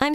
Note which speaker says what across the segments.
Speaker 1: I'm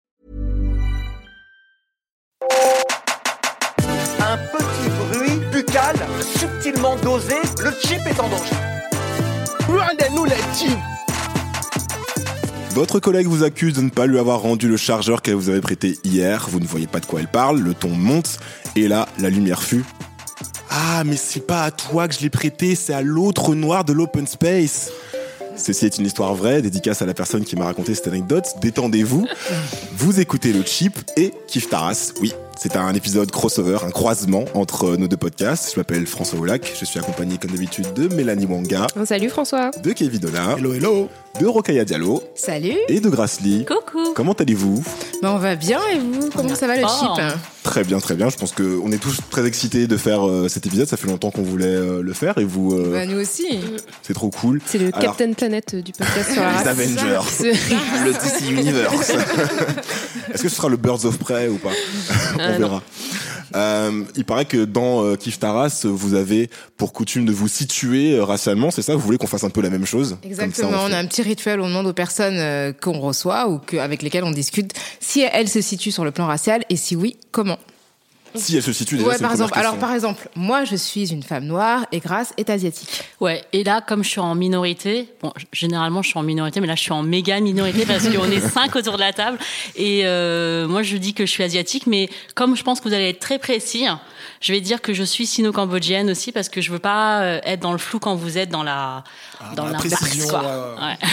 Speaker 2: Un petit bruit buccal subtilement dosé, le chip est en danger. Rendez-nous les chips
Speaker 3: Votre collègue vous accuse de ne pas lui avoir rendu le chargeur qu'elle vous avait prêté hier, vous ne voyez pas de quoi elle parle, le ton monte, et là, la lumière fut. Ah, mais c'est pas à toi que je l'ai prêté, c'est à l'autre noir de l'open space. Ceci est une histoire vraie, dédicace à la personne qui m'a raconté cette anecdote. Détendez-vous, vous écoutez le chip et Kif Taras. Oui, c'est un épisode crossover, un croisement entre nos deux podcasts. Je m'appelle François Oulac, je suis accompagné comme d'habitude de Mélanie Wanga,
Speaker 4: Salut François.
Speaker 3: de Kevin Donna, hello, hello. de Rokaya Diallo
Speaker 4: Salut.
Speaker 3: et de Grasly.
Speaker 5: Coucou
Speaker 3: Comment allez-vous
Speaker 4: Mais on va bien et vous Comment ça va le
Speaker 5: forme.
Speaker 4: chip
Speaker 3: Très bien, très bien. Je pense que on est tous très excités de faire euh, cet épisode. Ça fait longtemps qu'on voulait euh, le faire et vous, euh,
Speaker 4: Bah nous aussi.
Speaker 3: c'est trop cool.
Speaker 6: C'est le
Speaker 3: Alors-
Speaker 6: Captain Planet euh, du podcast sur la
Speaker 3: Les
Speaker 6: race.
Speaker 3: Avengers,
Speaker 4: C'est-
Speaker 3: le DC Universe. Est-ce que ce sera le Birds of Prey ou pas
Speaker 4: Ah,
Speaker 3: On verra. Euh, il paraît que dans euh, Kif Taras, vous avez pour coutume de vous situer euh, racialement, c'est ça Vous voulez qu'on fasse un peu la même chose Comme ça,
Speaker 4: Exactement, on,
Speaker 3: fait-
Speaker 4: a un petit rituel où on demande aux personnes euh, qu'on reçoit ou que, avec lesquelles on discute si elles se situent sur le plan racial et si oui, comment.
Speaker 3: Si elle se situe déjà,
Speaker 4: ouais,
Speaker 3: c'est
Speaker 4: par
Speaker 3: une première
Speaker 4: exemple. Alors
Speaker 3: question.
Speaker 4: par exemple, moi je suis une femme noire et Grace est asiatique.
Speaker 5: Ouais, et là, comme je suis en minorité, bon, g- généralement je suis en minorité, mais là je suis en méga minorité parce qu'on est cinq autour de la table. Et euh, moi je dis que je suis asiatique, mais comme je pense que vous allez être très précis, je vais dire que je suis sino-cambodgienne aussi parce que je veux pas euh, être dans le flou quand vous êtes dans la dans
Speaker 7: dans Ah, la
Speaker 5: l'impasse,
Speaker 7: précision, euh.
Speaker 5: quoi.
Speaker 7: ouais,
Speaker 5: Ouais.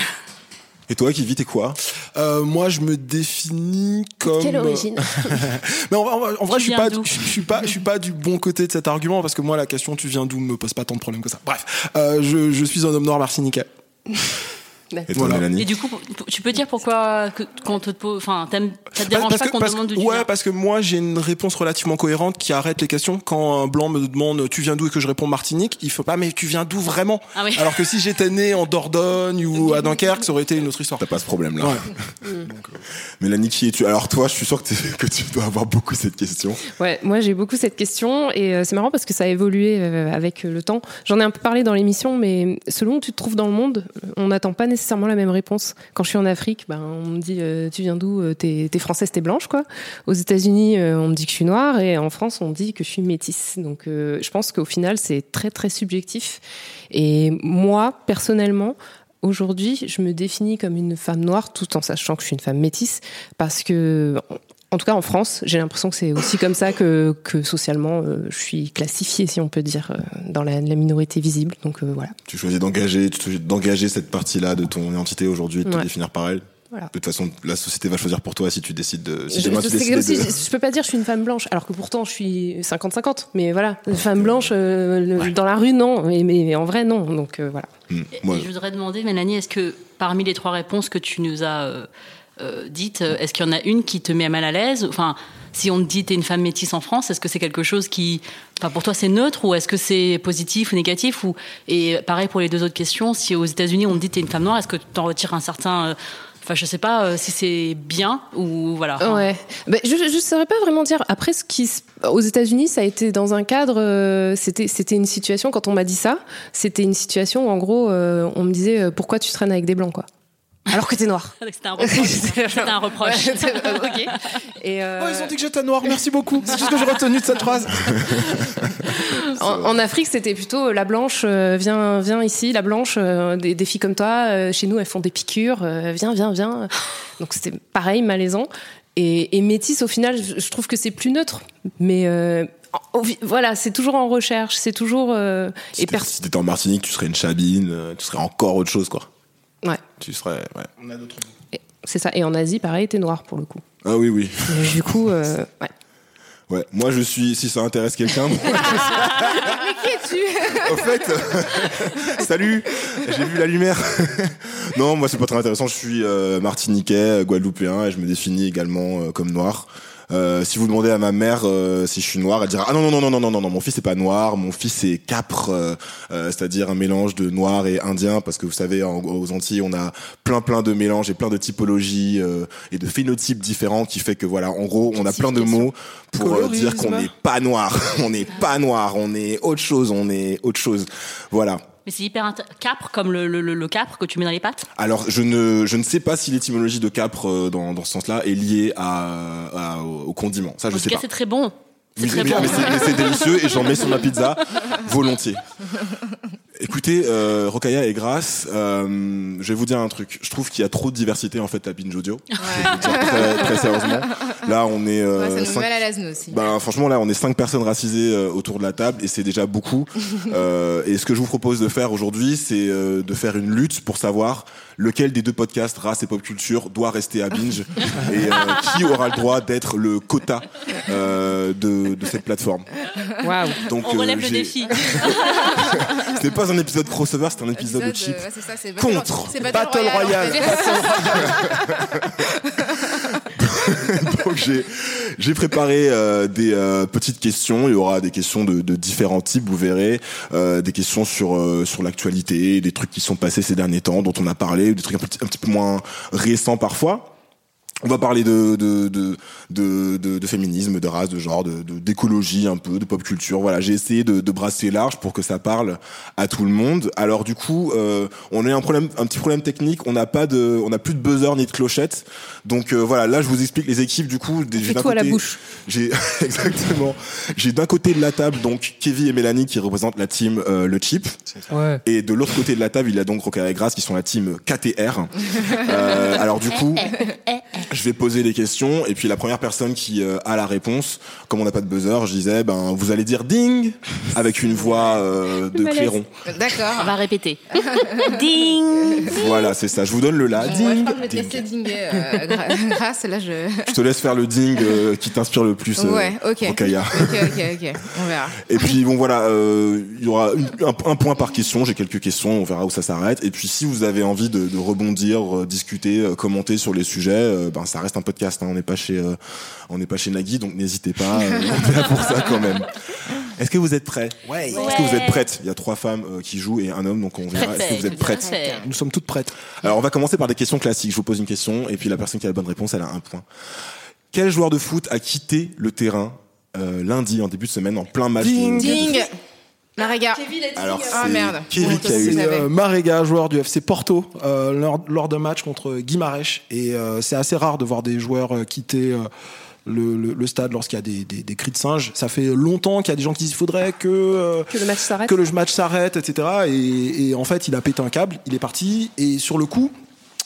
Speaker 3: Et toi, Kivit, t'es quoi
Speaker 7: Euh, moi, je me définis comme. euh,
Speaker 6: Quelle origine
Speaker 7: Mais en, vrai- en vrai- en vrai,
Speaker 5: Tu
Speaker 7: je suis
Speaker 5: viens
Speaker 7: pas,
Speaker 5: d'où
Speaker 7: je, je suis pas, je suis pas du bon côté de cet argument parce que moi, la question "tu viens d'où" me pose pas tant de problèmes que ça. Bref, euh, je, je suis un homme noir martiniquais.
Speaker 3: Et toi,
Speaker 7: Voilà.
Speaker 3: Mélanie
Speaker 5: Et du coup, tu peux dire pourquoi que- qu'on te pose, enfin, t'aimes- ça te dérange
Speaker 7: Parce
Speaker 5: pas
Speaker 7: que-
Speaker 5: qu'on te
Speaker 7: parce
Speaker 5: demande hein?
Speaker 7: que-
Speaker 5: d'où tu
Speaker 7: Ouais,
Speaker 5: viens
Speaker 7: parce que moi, j'ai une réponse relativement cohérente qui arrête les questions. Quand un blanc me demande "tu viens d'où" et que je réponds Martinique, il faut pas "mais tu viens d'où vraiment
Speaker 5: Ah oui.
Speaker 7: Alors que si j'étais né en Dordogne ou à Dunkerque, ça aurait été une autre histoire.
Speaker 3: T'as pas ce problème-là.
Speaker 7: Ouais.
Speaker 3: Mélanie, qui es-tu Alors toi, je suis sûr que, t'es- que tu dois avoir beaucoup cette question.
Speaker 6: Ouais, moi j'ai beaucoup cette question et euh, c'est marrant parce que ça a évolué euh, avec euh, le temps. J'en ai un peu parlé dans l'émission, mais selon où tu te trouves dans le monde, euh, on n'attend pas nécessairement la même réponse. Quand je suis en Afrique, ben, on me dit euh, tu viens d'où Euh, T'es t'es française, t'es blanche quoi. Aux États-Unis, euh, on me dit que je suis noire et en France, on dit que je suis métisse. Donc euh, je pense qu'au final, c'est très très subjectif. Et moi, personnellement, aujourd'hui, je me définis comme une femme noire tout en sachant que je suis une femme métisse parce que en tout cas, en France, j'ai l'impression que c'est aussi comme ça que, que socialement, euh, je suis classifiée, si on peut dire, euh, dans la, la minorité visible. Donc euh, voilà.
Speaker 3: Tu choisis d'engager, tu choisis d'engager cette partie-là de ton identité aujourd'hui, et de te
Speaker 6: Ouais.
Speaker 3: définir par elle.
Speaker 6: Voilà.
Speaker 3: De toute façon, la société va choisir pour toi si tu décides de. Si
Speaker 6: Je,
Speaker 3: demain
Speaker 6: je-
Speaker 3: tu
Speaker 6: c'est comme
Speaker 3: décides
Speaker 6: si
Speaker 3: de.
Speaker 6: je, je peux pas dire je suis une femme blanche, alors que pourtant je suis 50-50. Mais voilà, une femme blanche euh, le- dans la rue, non. Mais, mais- mais en vrai, non. Donc euh, voilà.
Speaker 3: Hmm,
Speaker 5: Et-
Speaker 3: moi,
Speaker 5: et je voudrais demander, Mélanie, est-ce que parmi les trois réponses que tu nous as euh, euh, dites, euh, est-ce qu'il y en a une qui te met mal à l'aise Enfin, si on te dit t'es une femme métisse en France, est-ce que c'est quelque chose qui, enfin, pour toi c'est neutre ou est-ce que c'est positif ou négatif ou Et pareil pour les deux autres questions, si aux États-Unis on te dit t'es une femme noire, est-ce que tu t'en retires un certain, euh, enfin, je sais pas euh, si c'est bien ou voilà. Enfin,
Speaker 6: Ouais. Ben, je ne saurais pas vraiment dire. Après, ce qui se- aux États-Unis, ça a été dans un cadre. euh, c'était c'était une situation quand on m'a dit ça. C'était une situation où en gros, euh, on me disait euh, pourquoi tu traînes avec des blancs, quoi. Alors que t'es noir.
Speaker 5: C'était un reproche. C'était un reproche.
Speaker 6: Ouais, c'est- euh, ok. Et euh,
Speaker 7: Oh, ils ont dit que j'étais noir. Merci beaucoup. C'est tout ce que j'ai retenu de cette phrase.
Speaker 6: en, en Afrique, c'était plutôt euh, la blanche, euh, viens, viens ici, la blanche, euh, des, des filles comme toi, euh, chez nous, elles font des piqûres, euh, viens, viens, viens. Donc c'était pareil, malaisant. Et, et métisse, au final, je, je trouve que c'est plus neutre. Mais euh, en- au fi- voilà, c'est toujours en recherche, c'est toujours. euh,
Speaker 3: si
Speaker 6: et
Speaker 3: t'es-
Speaker 6: pers-
Speaker 3: si t'étais en Martinique, tu serais une chabine, euh, tu serais encore autre chose, quoi.
Speaker 6: ouais,
Speaker 3: Tu serais. Ouais.
Speaker 6: c'est ça. Et en Asie, pareil, t'es noir pour le coup.
Speaker 3: Ah oui, oui.
Speaker 6: Mais du coup, euh, ouais.
Speaker 3: Ouais, moi je suis, si ça intéresse quelqu'un,
Speaker 4: Mais qui es-tu
Speaker 3: au fait, salut, j'ai vu la lumière. non, moi c'est pas très intéressant, je suis euh, martiniquais, euh, guadeloupéen et je me définis également euh, comme noir. Euh, si vous demandez à ma mère euh, si je suis noir, elle dira ah non non non non non non non non mon fils est pas noir, mon fils est capre, euh, euh, c'est-à-dire un mélange de noir et indien parce que vous savez en- aux Antilles on a plein plein de mélanges et plein de typologies euh, et de phénotypes différents qui fait que voilà en gros on a plein de mots pour euh, dire qu'on
Speaker 7: Colorisme.
Speaker 3: n'est pas noir, on n'est pas noir, on est autre chose, on est autre chose, voilà.
Speaker 5: Mais c'est hyper inter- capre, comme le, le, le- le capre que tu mets dans les pâtes.
Speaker 3: Alors, je ne, je ne sais pas si l'étymologie de capre euh, dans, dans ce sens-là est liée à, à- au au condiment. Ça, Ah, je
Speaker 5: En
Speaker 3: sais
Speaker 5: tout cas,
Speaker 3: pas.
Speaker 5: c'est très bon. C'est
Speaker 3: Oui,
Speaker 5: très
Speaker 3: mais,
Speaker 5: bon.
Speaker 3: mais c'est- mais c'est délicieux et j'en mets sur ma pizza volontiers. Écoutez, euh, Rocaya et Grasse, euh, je vais vous dire un truc. Je trouve qu'il y a trop de diversité en fait à Binge Audio. Je vais vous dire très, très sérieusement. Là, on est euh,
Speaker 4: Ouais, Ça nous met
Speaker 3: cinq-
Speaker 4: mal à l'aise, nous aussi.
Speaker 3: ben, franchement, là, on est cinq personnes racisées euh, autour de la table et c'est déjà beaucoup. Euh, et ce que je vous propose de faire aujourd'hui, c'est euh, de faire une lutte pour savoir lequel des deux podcasts, race et pop culture, doit rester à binge et euh, qui aura le droit d'être le quota euh, de, de cette plateforme.
Speaker 6: Waouh.
Speaker 3: Donc,
Speaker 5: On relève
Speaker 3: euh,
Speaker 5: le
Speaker 3: j'ai-
Speaker 5: défi.
Speaker 3: C'était pas un épisode crossover, c'était un épisode, de chip.
Speaker 4: euh, ouais, c'est ça, c'est Battle-
Speaker 3: Contre
Speaker 4: c'est
Speaker 3: Battle, Royale.
Speaker 4: en fait.
Speaker 3: Donc j'ai j'ai préparé euh, des euh, petites questions. Il y aura des questions de, de différents types, vous verrez, euh, des questions sur euh, sur l'actualité, des trucs qui sont passés ces derniers temps, dont on a parlé, ou des trucs un petit, un petit peu moins récents parfois. On va parler de de de de, de- de féminisme, de race, de genre, de de- d'écologie un peu, de pop culture. Voilà, j'ai essayé de, de brasser large pour que ça parle à tout le monde. Alors du coup, euh, on a eu un problème, un petit problème technique. On n'a pas de, on n'a plus de buzzer ni de clochette. Donc euh, voilà, là je vous explique les équipes. Du coup, des- j'ai d'un
Speaker 6: tout à la
Speaker 3: côté-
Speaker 6: bouche.
Speaker 3: J'ai exactement. J'ai d'un côté de la table donc Kevin et Mélanie qui représentent la team euh, le chip.
Speaker 6: Ouais.
Speaker 3: Et de l'autre côté de la table, il y a donc Roca et Grasse qui sont la team KTR. Euh, alors du coup, je vais poser les questions et puis la première personne qui euh, a la réponse, comme on n'a pas de buzzer, je disais, ben vous allez dire ding avec une voix euh, de
Speaker 6: Malaise.
Speaker 3: clairon.
Speaker 5: On
Speaker 4: D'accord.
Speaker 5: va répéter. Ding
Speaker 3: Voilà, c'est ça. Je vous donne le la.
Speaker 4: Moi, je
Speaker 3: Ding,
Speaker 4: crois que je vais
Speaker 3: ding.
Speaker 4: tester Dinguet euh, gra- grâce. Là, je.
Speaker 3: Je te laisse faire le ding euh, qui t'inspire le plus. euh,
Speaker 4: Ouais, ok.
Speaker 3: Rokaya.
Speaker 4: Ok, ok, ok. On verra.
Speaker 3: Et puis bon voilà, euh, il y aura une- un, un point par question. J'ai quelques questions, on verra où ça s'arrête. Et puis si vous avez envie de, de rebondir, euh, discuter, euh, commenter sur les sujets, euh, ben ça reste un podcast. hein. on n'est pas chez, euh, on n'est pas chez Nagui, donc n'hésitez pas. euh, on est là pour ça quand même. Est-ce que vous êtes prêts Ouais. Est-ce que vous êtes prêtes Il y a trois femmes euh, qui jouent et un homme, donc on verra. Est-ce que vous êtes prêtes
Speaker 7: Nous sommes toutes prêtes.
Speaker 3: Alors on va commencer par des questions classiques. Je vous pose une question et puis la personne qui a la bonne réponse, elle a un point. Quel joueur de foot a quitté le terrain euh, lundi en début de semaine en plein match de-
Speaker 7: Ding.
Speaker 4: Ding La regarde.
Speaker 3: alors, c'est
Speaker 4: Ah merde.
Speaker 3: Kevin
Speaker 4: Bon,
Speaker 3: qui a
Speaker 4: je
Speaker 3: eu.
Speaker 7: C'est
Speaker 4: savais.
Speaker 7: euh, Marega, joueur du FC Porto, euh, lors, lors d'un match contre Guimarães. Et euh, c'est assez rare de voir des joueurs euh, quitter euh, le, le- le stade lorsqu'il y a des, des- des cris de singe. Ça fait longtemps qu'il y a des gens qui disent il faudrait que, euh,
Speaker 6: Que le match s'arrête.
Speaker 7: que le match s'arrête, etc. Et, et en fait, il a pété un câble, il est parti. Et sur le coup,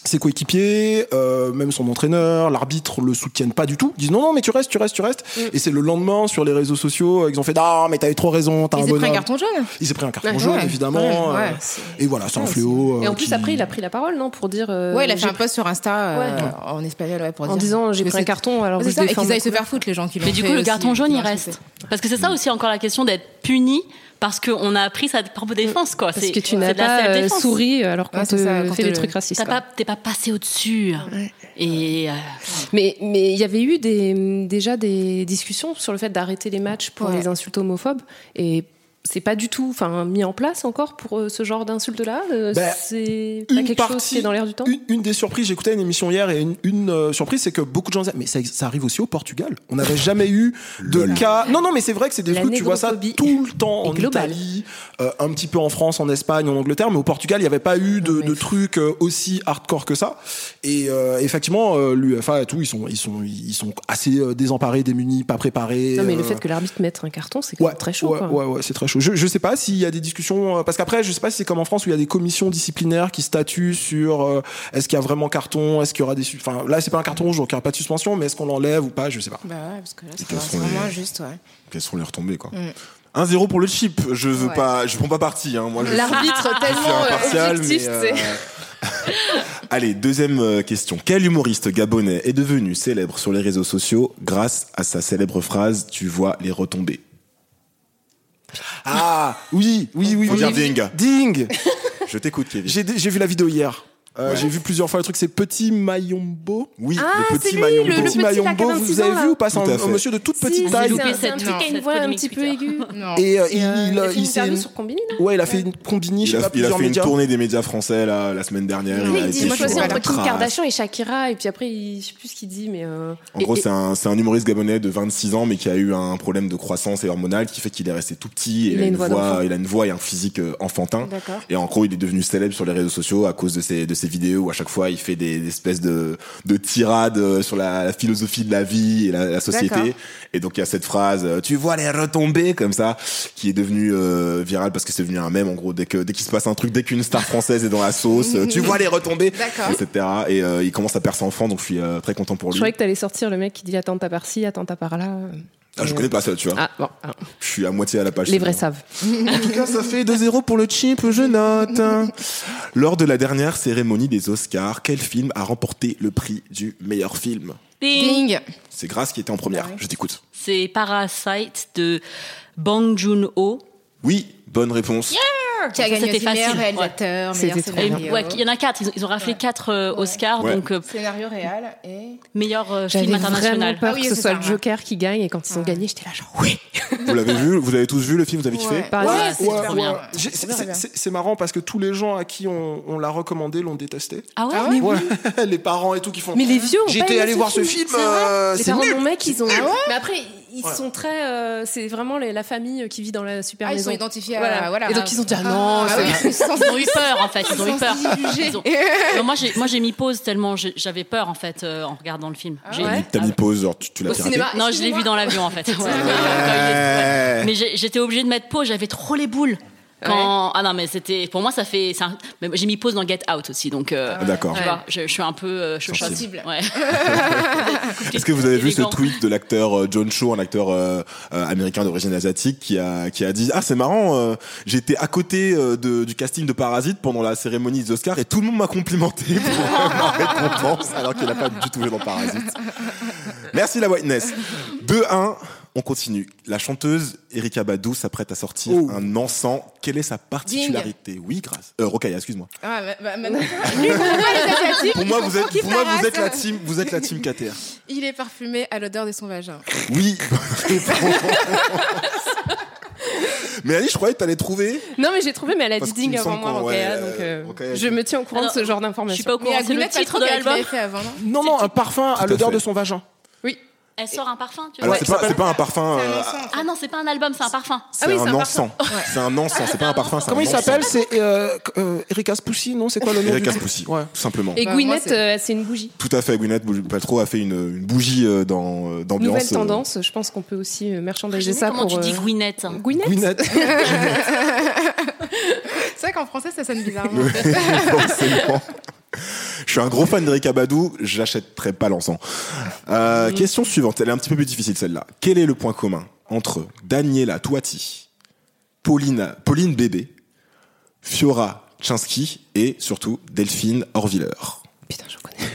Speaker 7: ses coéquipiers, euh, même son entraîneur, l'arbitre le soutiennent pas du tout. Ils disent non, non, mais tu restes, tu restes, tu restes. Et c'est le lendemain sur les réseaux sociaux, euh, ils ont fait non, mais t'as eu trop raison, t'as un
Speaker 4: Il s'est pris un
Speaker 7: bonhomme.
Speaker 4: carton jaune
Speaker 7: Il s'est pris un carton
Speaker 6: Ouais,
Speaker 7: jaune,
Speaker 4: ouais,
Speaker 7: évidemment.
Speaker 4: ouais, ouais.
Speaker 7: euh, et voilà, c'est un fléau.
Speaker 6: Et en
Speaker 7: euh,
Speaker 6: plus,
Speaker 7: qui-
Speaker 6: après, il a pris la parole, non Pour dire. euh,
Speaker 4: Ouais, il a
Speaker 6: j'ai-
Speaker 4: fait un post sur Insta euh,
Speaker 6: Ouais.
Speaker 4: en espagnol ouais, pour
Speaker 6: En
Speaker 4: dire-
Speaker 6: disant, j'ai
Speaker 4: que
Speaker 6: pris un
Speaker 4: c'est-
Speaker 6: carton, alors
Speaker 4: C'est
Speaker 6: je
Speaker 4: ça, et
Speaker 6: défends
Speaker 4: qu'ils
Speaker 6: ma
Speaker 4: aillent se
Speaker 6: couleur.
Speaker 4: faire foutre les gens qui l'ont
Speaker 5: Mais du
Speaker 4: fait
Speaker 5: coup, le
Speaker 4: aussi,
Speaker 5: carton jaune,
Speaker 4: qui
Speaker 5: il
Speaker 4: l'ont
Speaker 5: reste.
Speaker 4: insulté.
Speaker 5: Parce que c'est ça aussi encore la question d'être puni parce qu'on a appris sa propre défense, quoi.
Speaker 6: Parce
Speaker 5: C'est-
Speaker 6: que tu
Speaker 5: c'est
Speaker 6: n'as
Speaker 5: de la
Speaker 6: pas euh,
Speaker 5: self-défense.
Speaker 6: souri alors qu'on
Speaker 4: Ouais,
Speaker 6: te
Speaker 4: c'est ça, quand
Speaker 6: fait des
Speaker 4: te-
Speaker 6: trucs racistes.
Speaker 5: T'as
Speaker 6: quoi.
Speaker 5: pas- T'es pas, passé au-dessus. Et. euh,
Speaker 6: Mais mais il y avait eu des, déjà des discussions sur le fait d'arrêter les matchs pour
Speaker 4: Ouais.
Speaker 6: les insultes homophobes et c'est pas du tout enfin mis en place encore pour euh, ce genre d'insultes là
Speaker 7: Ben,
Speaker 6: c'est pas
Speaker 7: une
Speaker 6: quelque chose
Speaker 7: partie-
Speaker 6: qui est dans l'air du temps
Speaker 7: Une, une des surprises, j'écoutais une émission hier et une, une, euh, surprise, c'est que beaucoup de gens disaient, mais ça, ça arrive aussi au Portugal. On n'avait jamais eu de cas. Non, non, mais c'est vrai que c'est des
Speaker 6: La
Speaker 7: trucs, tu vois ça
Speaker 6: négrophobie
Speaker 7: tout le temps
Speaker 6: est
Speaker 7: en
Speaker 6: globale.
Speaker 7: Italie, euh, un petit peu en France, en Espagne, en Angleterre, mais au Portugal, il n'y avait pas eu de, de trucs euh, aussi hardcore que ça. Et euh, effectivement, euh, l'UEFA et tout, ils sont, ils sont, ils sont assez euh, désemparés, démunis, pas préparés.
Speaker 6: non mais le
Speaker 7: euh,
Speaker 6: fait que l'arbitre mette un carton c'est quand
Speaker 7: Ouais,
Speaker 6: même très chaud
Speaker 7: ouais,
Speaker 6: quoi.
Speaker 7: ouais, ouais, c'est très chaud. Je, je sais pas s'il y a des discussions, euh, parce qu'après, je sais pas si c'est comme en France où il y a des commissions disciplinaires qui statuent sur euh, est-ce qu'il y a vraiment carton, est-ce qu'il y aura des. su- Enfin, là, c'est pas un carton rouge, donc il n'y aura pas de suspension, mais est-ce qu'on l'enlève ou pas, je sais pas.
Speaker 4: Bah ouais, parce que là,
Speaker 3: toute
Speaker 4: c'est
Speaker 3: façon,
Speaker 4: vraiment
Speaker 3: les-
Speaker 4: juste, ouais.
Speaker 3: Quelles sont les retombées, quoi. 1-0 pour le chip. Je veux
Speaker 4: Ouais.
Speaker 3: pas, je prends pas parti. hein. Moi, je suis-
Speaker 4: L'arbitre
Speaker 3: je suis
Speaker 4: tellement
Speaker 3: impartial,
Speaker 4: euh, objectif,
Speaker 3: mais, euh,
Speaker 4: c'est.
Speaker 3: Allez, deuxième euh, question. Quel humoriste gabonais est devenu célèbre sur les réseaux sociaux grâce à sa célèbre phrase Tu vois les retombées
Speaker 7: Ah, oui, oui, oui.
Speaker 3: Faut
Speaker 7: oui,
Speaker 3: dire
Speaker 7: oui.
Speaker 3: ding.
Speaker 7: Ding.
Speaker 3: Je t'écoute, Kevin.
Speaker 7: J'ai j'ai vu la vidéo hier. Euh, J'ai vu plusieurs fois le truc, c'est Petit Mayombo.
Speaker 3: Oui,
Speaker 6: Ah,
Speaker 3: le petit
Speaker 6: c'est lui,
Speaker 3: maillon
Speaker 6: le-
Speaker 3: bleu.
Speaker 6: petit, là, qui a
Speaker 7: Mayombo, vous
Speaker 6: 26
Speaker 7: avez
Speaker 6: ans,
Speaker 7: vu
Speaker 6: là.
Speaker 7: ou pas C'est
Speaker 3: Tout à
Speaker 7: un,
Speaker 3: fait.
Speaker 7: un monsieur de toute
Speaker 6: Si,
Speaker 7: petite
Speaker 6: c'est
Speaker 7: taille.
Speaker 6: un-
Speaker 5: loupé
Speaker 6: C'est un
Speaker 5: cette
Speaker 6: truc qui a une
Speaker 5: nuance,
Speaker 6: voix
Speaker 5: cette
Speaker 6: un petit peu
Speaker 5: polémique
Speaker 6: aiguë.
Speaker 4: Non.
Speaker 7: Et euh, il,
Speaker 6: Il a
Speaker 7: euh,
Speaker 6: fait
Speaker 7: il
Speaker 6: une
Speaker 7: s'est-
Speaker 6: interview sur Combini, là.
Speaker 7: Ouais, il a fait une combini, je
Speaker 3: Il
Speaker 7: sais
Speaker 3: a, il a
Speaker 7: pas, plusieurs
Speaker 3: fait une
Speaker 7: médias.
Speaker 3: tournée des médias français la, la semaine dernière.
Speaker 4: Oui,
Speaker 3: a été
Speaker 6: il dit, moi, je
Speaker 3: sur
Speaker 6: choisis entre
Speaker 3: la
Speaker 6: Kim
Speaker 3: trace.
Speaker 6: Kardashian et Shakira, et puis après, il, je sais plus ce qu'il dit, mais. euh,
Speaker 3: En gros, c'est un, c'est un humoriste gabonais de 26 ans, mais qui a eu un problème de croissance et hormonale qui fait qu'il est resté tout petit. Et il, a une voix,
Speaker 6: d'enfant.
Speaker 3: il a une voix et un physique euh, enfantin.
Speaker 6: D'accord.
Speaker 3: Et en gros, il est devenu célèbre sur les réseaux sociaux à cause de ses, de ses vidéos où à chaque fois il fait des, des espèces de, de tirades euh, sur la, la philosophie de la vie et la, la
Speaker 4: D'accord.
Speaker 3: société. Et donc il y a cette phrase, euh, tu vois les retombées comme ça, qui est devenue euh, virale parce que c'est devenu un mème en gros. Dès que dès qu'il se passe un truc, dès qu'une star française est dans la sauce, euh, tu vois les retombées,
Speaker 4: D'accord.
Speaker 3: etc. Et euh, il commence à perdre ses enfants, donc je suis euh, très content pour
Speaker 6: Je
Speaker 3: lui.
Speaker 6: croyais que t'allais sortir le mec qui dit attends, t'as par-ci, attends, t'as par-là.
Speaker 3: Ah, je connais pas ça, tu vois.
Speaker 6: Ah, bon, ah,
Speaker 3: Je suis à moitié à la page.
Speaker 6: les vrais
Speaker 3: suivante.
Speaker 6: savent.
Speaker 3: En tout cas, ça fait 2-0 pour le chip, je note. Lors de la dernière cérémonie des Oscars, quel film a remporté le prix du meilleur film
Speaker 4: Ding.
Speaker 3: C'est Grâce qui était en
Speaker 4: Bah
Speaker 3: première. Je t'écoute.
Speaker 5: C'est Parasite de Bang Joon-ho.
Speaker 3: Oui, bonne réponse.
Speaker 4: Qui a gagné
Speaker 5: C'était
Speaker 4: aussi meilleur
Speaker 5: facile, ouais.
Speaker 4: réalisateur,
Speaker 6: C'était
Speaker 4: meilleur
Speaker 6: trop
Speaker 5: Et,
Speaker 4: scénario.
Speaker 5: ouais, il y en a quatre. Ils ont, ils ont raflé quatre euh, Oscars,
Speaker 3: Ouais.
Speaker 5: donc euh,
Speaker 4: Scénario réel et.
Speaker 5: meilleur euh, film
Speaker 6: J'avais vraiment
Speaker 5: international.
Speaker 6: peur
Speaker 4: Ah oui,
Speaker 6: que ce
Speaker 4: c'est
Speaker 6: soit
Speaker 4: ça,
Speaker 6: le
Speaker 4: ouais.
Speaker 6: Joker qui gagne, et quand ils ont gagné, j'étais là genre oui.
Speaker 3: Vous l'avez vu Vous avez tous vu le film Vous avez
Speaker 5: Ah
Speaker 3: kiffé
Speaker 6: Par exemple.
Speaker 4: c'est
Speaker 7: Ouais,
Speaker 4: super
Speaker 7: ouais.
Speaker 4: bien.
Speaker 7: J'ai- c'est-
Speaker 4: Super bien.
Speaker 7: c'est- C'est c'est marrant parce que tous les gens à qui on, on l'a recommandé l'ont détesté.
Speaker 5: Ah ouais,
Speaker 7: Ouais. les parents et tout qui font.
Speaker 6: Mais les vieux ont pas
Speaker 7: J'étais
Speaker 6: aimé
Speaker 7: allé voir ce film. euh,
Speaker 6: Les
Speaker 7: C'est
Speaker 6: parents de
Speaker 7: nul.
Speaker 6: mon mec, ils ont.
Speaker 4: Ah
Speaker 6: Mais après, ils sont très. euh, c'est vraiment les- la famille qui vit dans la super
Speaker 4: Ah, ils
Speaker 6: maison.
Speaker 4: sont identifiés à.
Speaker 6: Voilà.
Speaker 4: voilà.
Speaker 6: Et donc ils ont dit ah, non.
Speaker 4: Ah
Speaker 6: c'est-
Speaker 4: oui.
Speaker 5: Ils ont eu peur en fait, ils ont eu peur.
Speaker 4: Sensibilisés.
Speaker 5: Ils ont- Non, moi j'ai moi j'ai mis pause tellement j'ai- j'avais peur en fait euh, en regardant le film. J'ai-
Speaker 4: ouais
Speaker 3: T'as mis pause, genre tu, tu l'as
Speaker 6: Au
Speaker 3: piraté
Speaker 6: cinéma.
Speaker 5: Non, je l'ai vu dans l'avion en fait. Ouais.
Speaker 3: Ouais.
Speaker 5: Mais j'ai- j'étais obligée de mettre pause, j'avais trop les boules. Quand... Ah non, mais c'était. Pour moi, ça fait. c'est un- mais J'ai mis pause dans Get Out aussi, donc. euh,
Speaker 3: Ah, D'accord.
Speaker 5: Tu vois, je, je suis un peu euh, chochotte.
Speaker 4: Sensible.
Speaker 5: Ouais.
Speaker 3: Est-ce que vous avez vu ce
Speaker 5: Élégant.
Speaker 3: tweet de l'acteur euh, John Cho, un acteur euh, euh, américain d'origine asiatique, qui a, qui a dit Ah, c'est marrant, euh, j'étais à côté euh, de- du casting de Parasite pendant la cérémonie des Oscars et tout le monde m'a complimenté pour ma récompense, alors qu'il n'a pas du tout joué dans Parasite. Merci la whiteness. 2-1. On continue. La chanteuse Erika Badou s'apprête à sortir
Speaker 7: Oh.
Speaker 3: un encens. Quelle est sa particularité Oui, grâce. Euh, Rocaille, excuse-moi.
Speaker 4: Ah, ma- ma- ma- Lui, pour moi, les Asiatiques,
Speaker 3: Pour moi,
Speaker 4: ils
Speaker 3: vous
Speaker 4: comprennent
Speaker 3: êtes, pour moi,
Speaker 4: qu'il
Speaker 3: vous êtes la
Speaker 4: paraisse.
Speaker 3: team, vous êtes la team KTR.
Speaker 4: Il est parfumé à l'odeur de son vagin.
Speaker 3: Oui, bonne réponse. Mais Annie, je croyais que t'allais trouver.
Speaker 6: Non mais j'ai trouvé, mais elle a
Speaker 3: Parce
Speaker 6: dit
Speaker 3: qu'il me
Speaker 6: ding avant
Speaker 3: semble
Speaker 6: moi,
Speaker 3: qu'on-
Speaker 6: Rokaya,
Speaker 3: ouais,
Speaker 6: donc euh,
Speaker 3: Rokaya,
Speaker 6: je
Speaker 3: tu-
Speaker 6: me tiens au courant de
Speaker 5: Alors,
Speaker 6: ce genre
Speaker 5: Je suis pas
Speaker 6: d'informations.
Speaker 5: au courant. C'est le titre de
Speaker 4: qu'elle
Speaker 5: l'album.
Speaker 4: avait fait avant, non
Speaker 7: Non, non, un parfum à
Speaker 3: à
Speaker 7: l'odeur
Speaker 3: fait.
Speaker 7: de son vagin.
Speaker 5: Elle sort un parfum, tu vois.
Speaker 3: Alors, c'est pas, c'est pas un parfum. euh,
Speaker 5: Ah non, c'est pas un album, c'est un parfum.
Speaker 3: c'est
Speaker 6: Ah oui, c'est
Speaker 3: un
Speaker 6: un
Speaker 3: encens. C'est un encens, c'est pas un parfum. c'est
Speaker 7: Comment
Speaker 3: un
Speaker 7: il
Speaker 3: encens.
Speaker 7: s'appelle C'est euh, euh, Eric Aspoussi, non C'est quoi le nom
Speaker 3: Eric
Speaker 7: du-
Speaker 3: Aspoussi,
Speaker 7: Ouais.
Speaker 3: tout simplement.
Speaker 6: Et
Speaker 4: Bah, moi,
Speaker 6: Gwyneth,
Speaker 4: c'est-
Speaker 6: euh, c'est une bougie.
Speaker 3: Tout à fait, Gwyneth Bou- Paltrow a fait une, une bougie euh, dans euh, d'ambiance.
Speaker 6: Nouvelle
Speaker 3: euh,
Speaker 6: tendance, je pense qu'on peut aussi euh, merchandiser
Speaker 5: J'aime
Speaker 6: ça
Speaker 5: comment
Speaker 6: pour.
Speaker 5: tu dis
Speaker 6: euh,
Speaker 5: Gwyneth. hein.
Speaker 6: Gwyneth
Speaker 7: Gwyneth.
Speaker 4: C'est vrai qu'en français, ça sonne bizarrement.
Speaker 3: forcément. Je suis un gros fan d'Eric Abadou, j'achèterai pas l'encens. Euh,
Speaker 5: Mm.
Speaker 3: Question suivante, elle est un petit peu plus difficile celle-là. Quel est le point commun entre Daniela Toati, Paulina, Pauline Bébé, Fiora Chinsky et surtout Delphine Horviller
Speaker 6: Putain, je connais.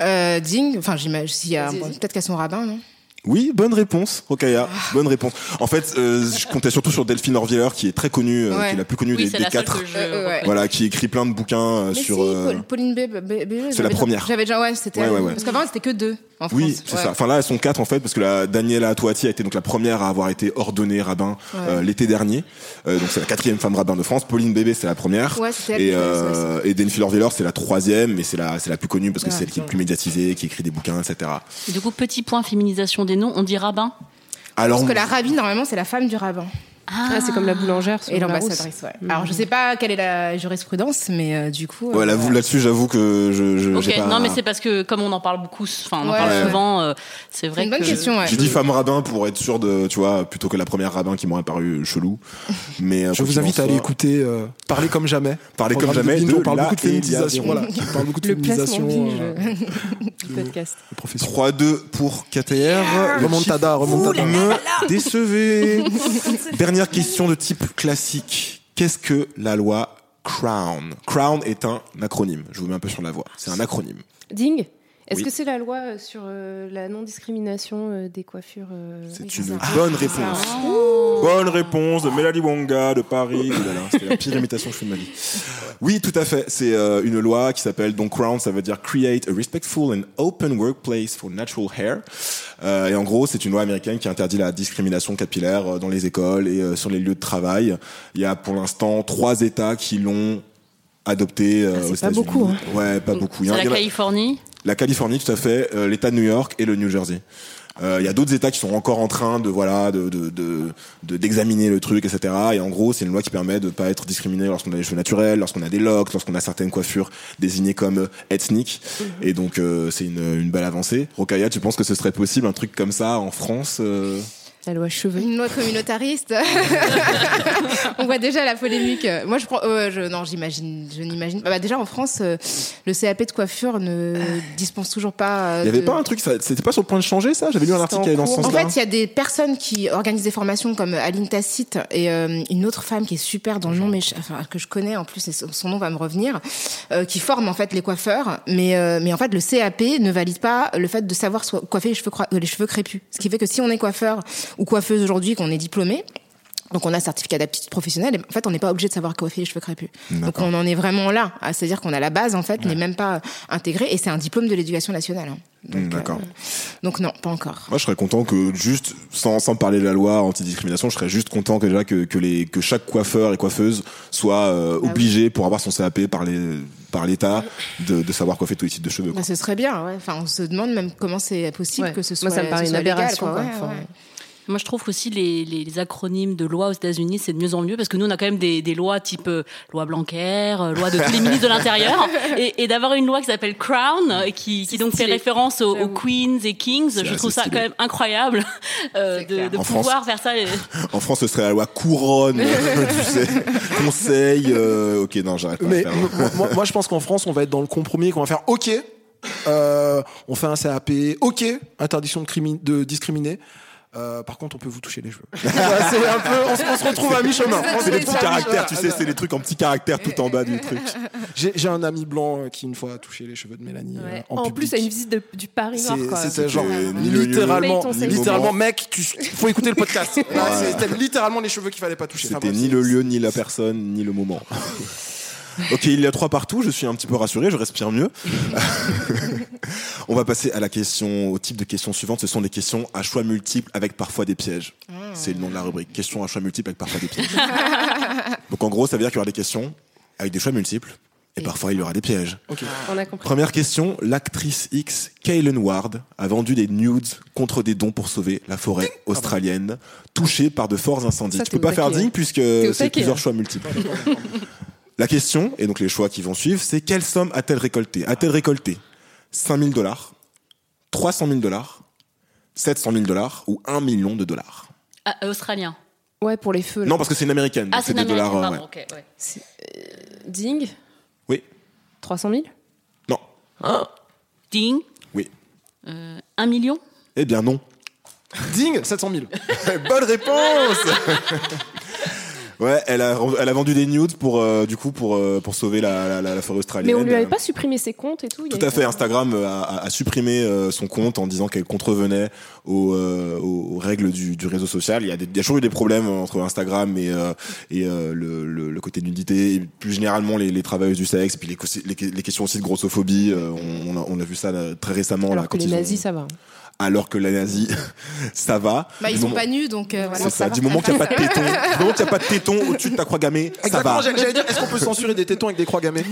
Speaker 4: Euh, Ding, enfin, j'imagine. s'il y a-
Speaker 6: Vas-y,
Speaker 4: bon,
Speaker 6: vas-y.
Speaker 4: Peut-être qu'elles sont rabbins, non
Speaker 3: Oui, bonne réponse,
Speaker 5: Ah.
Speaker 3: Rokaya. Bonne réponse. En fait, euh, je comptais surtout sur Delphine Horviller, qui est très connue, euh,
Speaker 4: Ouais.
Speaker 3: qui est la plus connue
Speaker 5: Oui,
Speaker 3: des,
Speaker 5: c'est
Speaker 3: des
Speaker 5: la seule
Speaker 3: quatre.
Speaker 5: que je.
Speaker 4: Euh, ouais.
Speaker 5: reconnais.
Speaker 3: Voilà, qui écrit plein de bouquins euh,
Speaker 4: Mais
Speaker 3: sur.
Speaker 4: si,
Speaker 3: euh,
Speaker 4: Paul- Pauline B. B- B- B-
Speaker 3: C'est la
Speaker 4: j'avais-
Speaker 3: première.
Speaker 4: J'avais déjà, ouais, c'était.
Speaker 3: Ouais,
Speaker 4: elle.
Speaker 3: ouais, ouais.
Speaker 4: Parce qu'avant, c'était que deux en France.
Speaker 3: Oui, c'est
Speaker 4: ouais.
Speaker 3: ça. Enfin là, elles sont quatre en fait, parce que la Daniela Toati a été donc la première à avoir été ordonnée rabbin euh, l'été dernier. Euh, donc c'est la quatrième femme rabbin de France. Pauline Bébé, c'est la première.
Speaker 4: Ouais, c'était elle
Speaker 3: et
Speaker 4: qui
Speaker 3: euh, et Delphine Orviller, c'est la troisième, mais c'est la c'est la plus connue parce que c'est elle qui est le plus médiatisée, qui écrit des bouquins, etc.
Speaker 5: Et Du coup, petit point féminisation des noms, on dit rabbin.
Speaker 3: Alors
Speaker 4: Parce que la rabbine, normalement, c'est la femme du rabbin.
Speaker 6: Ah, c'est comme la boulangère sur
Speaker 4: Et
Speaker 6: la Mmh.
Speaker 4: l'ambassadrice, ouais. Alors, je sais pas quelle est la jurisprudence, mais euh, du coup.
Speaker 3: ouais, là, vous- là-dessus, j'avoue que je, je
Speaker 5: Ok,
Speaker 3: j'ai pas-
Speaker 5: non, mais c'est parce que comme on en parle beaucoup, enfin, on en
Speaker 4: Ouais,
Speaker 5: parle
Speaker 4: ouais.
Speaker 5: souvent, euh, c'est
Speaker 4: C'est
Speaker 5: vrai
Speaker 4: une bonne
Speaker 5: que.
Speaker 4: question, ouais.
Speaker 3: J'ai dit femme rabbin pour être sûr de, tu vois, plutôt que la première rabbin qui m'aurait paru chelou. Mais euh,
Speaker 7: Je vous
Speaker 3: quoi
Speaker 7: invite
Speaker 3: qu'il
Speaker 7: à
Speaker 3: en
Speaker 7: aller
Speaker 3: soit-
Speaker 7: écouter euh, Parler comme jamais.
Speaker 3: Parler comme
Speaker 7: Programme
Speaker 3: jamais
Speaker 7: Binge,
Speaker 3: de
Speaker 7: on parle
Speaker 3: La
Speaker 7: beaucoup de féminisation.
Speaker 3: Héliade.
Speaker 7: Voilà. On parle beaucoup de
Speaker 6: Le placement
Speaker 7: féminisation.
Speaker 6: binge
Speaker 7: euh,
Speaker 6: du podcast.
Speaker 7: le professeur.
Speaker 3: 3-2 pour KTR. Le chiffre
Speaker 7: Remontada, remontada.
Speaker 3: me décevez. Dernière question de type classique. Qu'est-ce que la loi Crown Crown est un acronyme. Je vous mets un peu sur la voie. C'est un acronyme.
Speaker 6: Ding est-ce
Speaker 3: Oui.
Speaker 6: que c'est la loi euh, sur euh, la non-discrimination euh, des coiffures euh,
Speaker 3: C'est
Speaker 6: des
Speaker 3: une
Speaker 6: artistes
Speaker 3: bonne
Speaker 4: Ah,
Speaker 3: réponse. Bonne réponse de Mélanie Wonga de Paris. Oh là là, C'était la pire imitation que je fais de ma vie. Oui, tout à fait. C'est euh, une loi qui s'appelle donc Crown. Ça veut dire Create a Respectful and Open Workplace for Natural Hair. Euh, et en gros, c'est une loi américaine qui interdit la discrimination capillaire euh, dans les écoles et euh, sur les lieux de travail. Il y a pour l'instant trois États qui l'ont adopté euh, aux
Speaker 4: c'est pas
Speaker 3: États-Unis.
Speaker 4: beaucoup, hein.
Speaker 3: Ouais, pas beaucoup. Il y en a-
Speaker 5: C'est la
Speaker 3: il y en a-
Speaker 5: Californie.
Speaker 3: la Californie, tout à fait, euh, l'État de New York et le New Jersey. Euh, Il y a d'autres États qui sont encore en train de voilà de de- de- de- d'examiner le truc, etc. Et en gros, c'est une loi qui permet de ne pas être discriminé lorsqu'on a les cheveux naturels, lorsqu'on a des locks, lorsqu'on a certaines coiffures désignées comme euh, ethniques.
Speaker 4: Mhm.
Speaker 3: Et donc, euh, c'est une, une belle avancée. Rokaya, tu penses que ce serait possible un truc comme ça en France euh
Speaker 6: La loi cheveux.
Speaker 4: Une loi communautariste. On voit déjà la polémique. Moi, je prends. euh, je, non, j'imagine. Je n'imagine pas. Bah, déjà, en France, euh, le CAP de coiffure ne dispense toujours pas. euh,
Speaker 3: Il y avait
Speaker 4: de-
Speaker 3: pas un truc, ça- c'était pas sur le point de changer ça J'avais lu un article qui allait dans ce
Speaker 4: En
Speaker 3: sens-là.
Speaker 4: fait, il y a des personnes qui organisent des formations comme Aline Tacite et euh, une autre femme qui est super dans le nom, mais je- enfin, que je connais en plus, et son son nom va me revenir, euh, qui forme en fait les coiffeurs. Mais, euh, mais en fait, le CAP ne valide pas le fait de savoir so- coiffer les cheveux, croi- euh, les cheveux crépus. Ce qui fait que si on est coiffeur ou coiffeuse aujourd'hui, qu'on est diplômé, donc on a certificat d'aptitude professionnelle. et En fait, on n'est pas obligé de savoir coiffer les cheveux crépus. Donc on en est vraiment là, Ah, c'est-à-dire qu'on a la base en fait, mais même pas intégrée. Et c'est un diplôme de l'éducation nationale. hein. Donc,
Speaker 3: Mm, D'accord.
Speaker 4: euh, donc non, pas encore.
Speaker 3: Moi, je serais content que juste, sans, sans parler de la loi antidiscrimination, je serais juste content que déjà que, que les que chaque coiffeur et coiffeuse soit euh, obligé pour avoir son CAP par les par l'État de, de savoir coiffer tous les types de cheveux. quoi.
Speaker 4: Bah, ce serait bien, ouais. Enfin, on se demande même comment c'est possible
Speaker 6: Ouais.
Speaker 4: que ce soit.
Speaker 6: Moi, ça me paraît
Speaker 4: ce
Speaker 6: une
Speaker 4: soit légal,
Speaker 6: aberration,
Speaker 4: quoi.
Speaker 6: quoi.
Speaker 4: Ouais,
Speaker 6: Enfin,
Speaker 4: ouais.
Speaker 5: Moi, je trouve qu'aussi les, les, les acronymes de loi aux États-Unis, c'est de mieux en mieux parce que nous, on a quand même des, des lois type euh, loi Blanquer, euh, loi de tous les ministres de l'Intérieur, et, et d'avoir une loi qui s'appelle Crown, euh, qui, qui donc fait
Speaker 6: stylé.
Speaker 5: référence aux, aux
Speaker 6: J'avoue.
Speaker 5: queens et kings. Je
Speaker 3: assez
Speaker 5: trouve ça
Speaker 3: stylé.
Speaker 5: quand même incroyable euh, de, de
Speaker 3: En
Speaker 5: pouvoir
Speaker 3: France.
Speaker 5: faire ça. euh, et-
Speaker 3: En France, ce serait la loi couronne, tu sais, conseil. euh, ok, non, j'arrête pas. de
Speaker 7: Mais
Speaker 3: faire.
Speaker 7: moi, moi- moi, je pense qu'en France, on va être dans le compromis et qu'on va faire OK, euh, on fait un CAP, OK, interdiction de, crimi- de discriminer. Euh, par contre, on peut vous toucher les cheveux. Voilà, c'est un peu, on, se- on se retrouve à mi-chemin. On se
Speaker 3: C'est des petits
Speaker 7: retrouve à
Speaker 3: caractères,
Speaker 7: mi-chemin.
Speaker 3: tu sais, c'est des trucs en petits caractères tout en bas du truc.
Speaker 7: J'ai j'ai un ami blanc euh, qui, une fois, a touché les cheveux de Mélanie. euh, en,
Speaker 6: En, plus, à
Speaker 7: public.
Speaker 6: une visite de- du Paris Nord,
Speaker 7: C'est-
Speaker 6: quoi.
Speaker 7: C'était genre
Speaker 3: C'était ni le lieu,
Speaker 7: littéralement,
Speaker 6: ni le moment.
Speaker 7: littéralement, mec, tu faut écouter le podcast. Là, C'était littéralement les cheveux qu'il fallait pas toucher. Ah, Enfin,
Speaker 3: C'était
Speaker 7: bref,
Speaker 3: ni
Speaker 7: c'est-
Speaker 3: le lieu, ni la personne, ni le moment. ok, il y a trois partout, je suis un petit peu rassuré, je respire mieux. On va passer à la question, au type de questions suivantes. Ce sont des questions à choix multiples avec parfois des pièges. C'est le nom de la rubrique. Questions à choix multiples avec parfois des pièges. Donc en gros, ça veut dire qu'il y aura des questions avec des choix multiples et parfois il y aura des pièges.
Speaker 6: On a compris.
Speaker 3: Première question, l'actrice X, Kaylen Ward, a vendu des nudes contre des dons pour sauver la forêt australienne, touchée par de forts incendies.
Speaker 6: Ça,
Speaker 3: tu
Speaker 6: t'es
Speaker 3: peux
Speaker 6: au
Speaker 3: pas faire
Speaker 6: taquet. hein.
Speaker 3: digne puisque
Speaker 6: au
Speaker 3: c'est
Speaker 6: taquet,
Speaker 3: plusieurs
Speaker 6: hein.
Speaker 3: choix multiples. la question, et donc les choix qui vont suivre, c'est quelle somme a-t-elle récolté A-t-elle récolté 5000 dollars, 300 000 dollars, 700 000 dollars ou 1 million de dollars
Speaker 5: Ah, australien.
Speaker 6: Ouais, pour les feux. là.
Speaker 3: Non, parce que c'est une américaine.
Speaker 5: Ah,
Speaker 3: donc
Speaker 5: c'est
Speaker 3: des
Speaker 5: un
Speaker 3: dollars.
Speaker 5: Américain,
Speaker 3: euh,
Speaker 5: pardon,
Speaker 3: ouais.
Speaker 5: ok, ouais.
Speaker 6: C'est- euh, Ding
Speaker 3: Oui.
Speaker 6: 300 000
Speaker 3: Non.
Speaker 5: Ding,
Speaker 3: Oui.
Speaker 5: euh, un million.
Speaker 3: Eh bien non.
Speaker 7: Ding, 700 000.
Speaker 3: Bonne réponse. ouais, elle a, elle a vendu des nudes pour euh, du coup pour euh, pour sauver la, la, la- la forêt
Speaker 6: Mais
Speaker 3: australienne.
Speaker 6: on lui avait pas supprimé ses comptes et tout. il y
Speaker 3: euh, Tout
Speaker 6: avait
Speaker 3: à fait.
Speaker 6: pas-
Speaker 3: Instagram euh, a, a- a supprimé euh, son compte en disant qu'elle contrevenait aux, euh, aux aux règles du, du réseau social. Il y, a des, il y a toujours eu des problèmes entre Instagram et, euh, et euh, le, le, le côté nudité, et plus généralement les, les travailleuses du sexe, puis les, co- les, les questions aussi de grossophobie. euh, on, on a, on a vu ça là, très récemment. là,
Speaker 6: Alors que
Speaker 3: quand
Speaker 6: les
Speaker 3: ils ont-
Speaker 6: nazis, ça va.
Speaker 3: Alors que la nazie, ça va.
Speaker 4: Bah, ils
Speaker 3: Du
Speaker 4: sont
Speaker 3: moment-
Speaker 4: pas nus, donc euh, voilà.
Speaker 3: c'est ça. Du moment qu'il n'y a pas de téton, du moment qu'il n'y a pas de téton au-dessus de ta croix gammée, ça
Speaker 7: Exactement,
Speaker 3: va.
Speaker 7: j'allais j'allais dire, est-ce qu'on peut censurer des tétons avec des croix gammées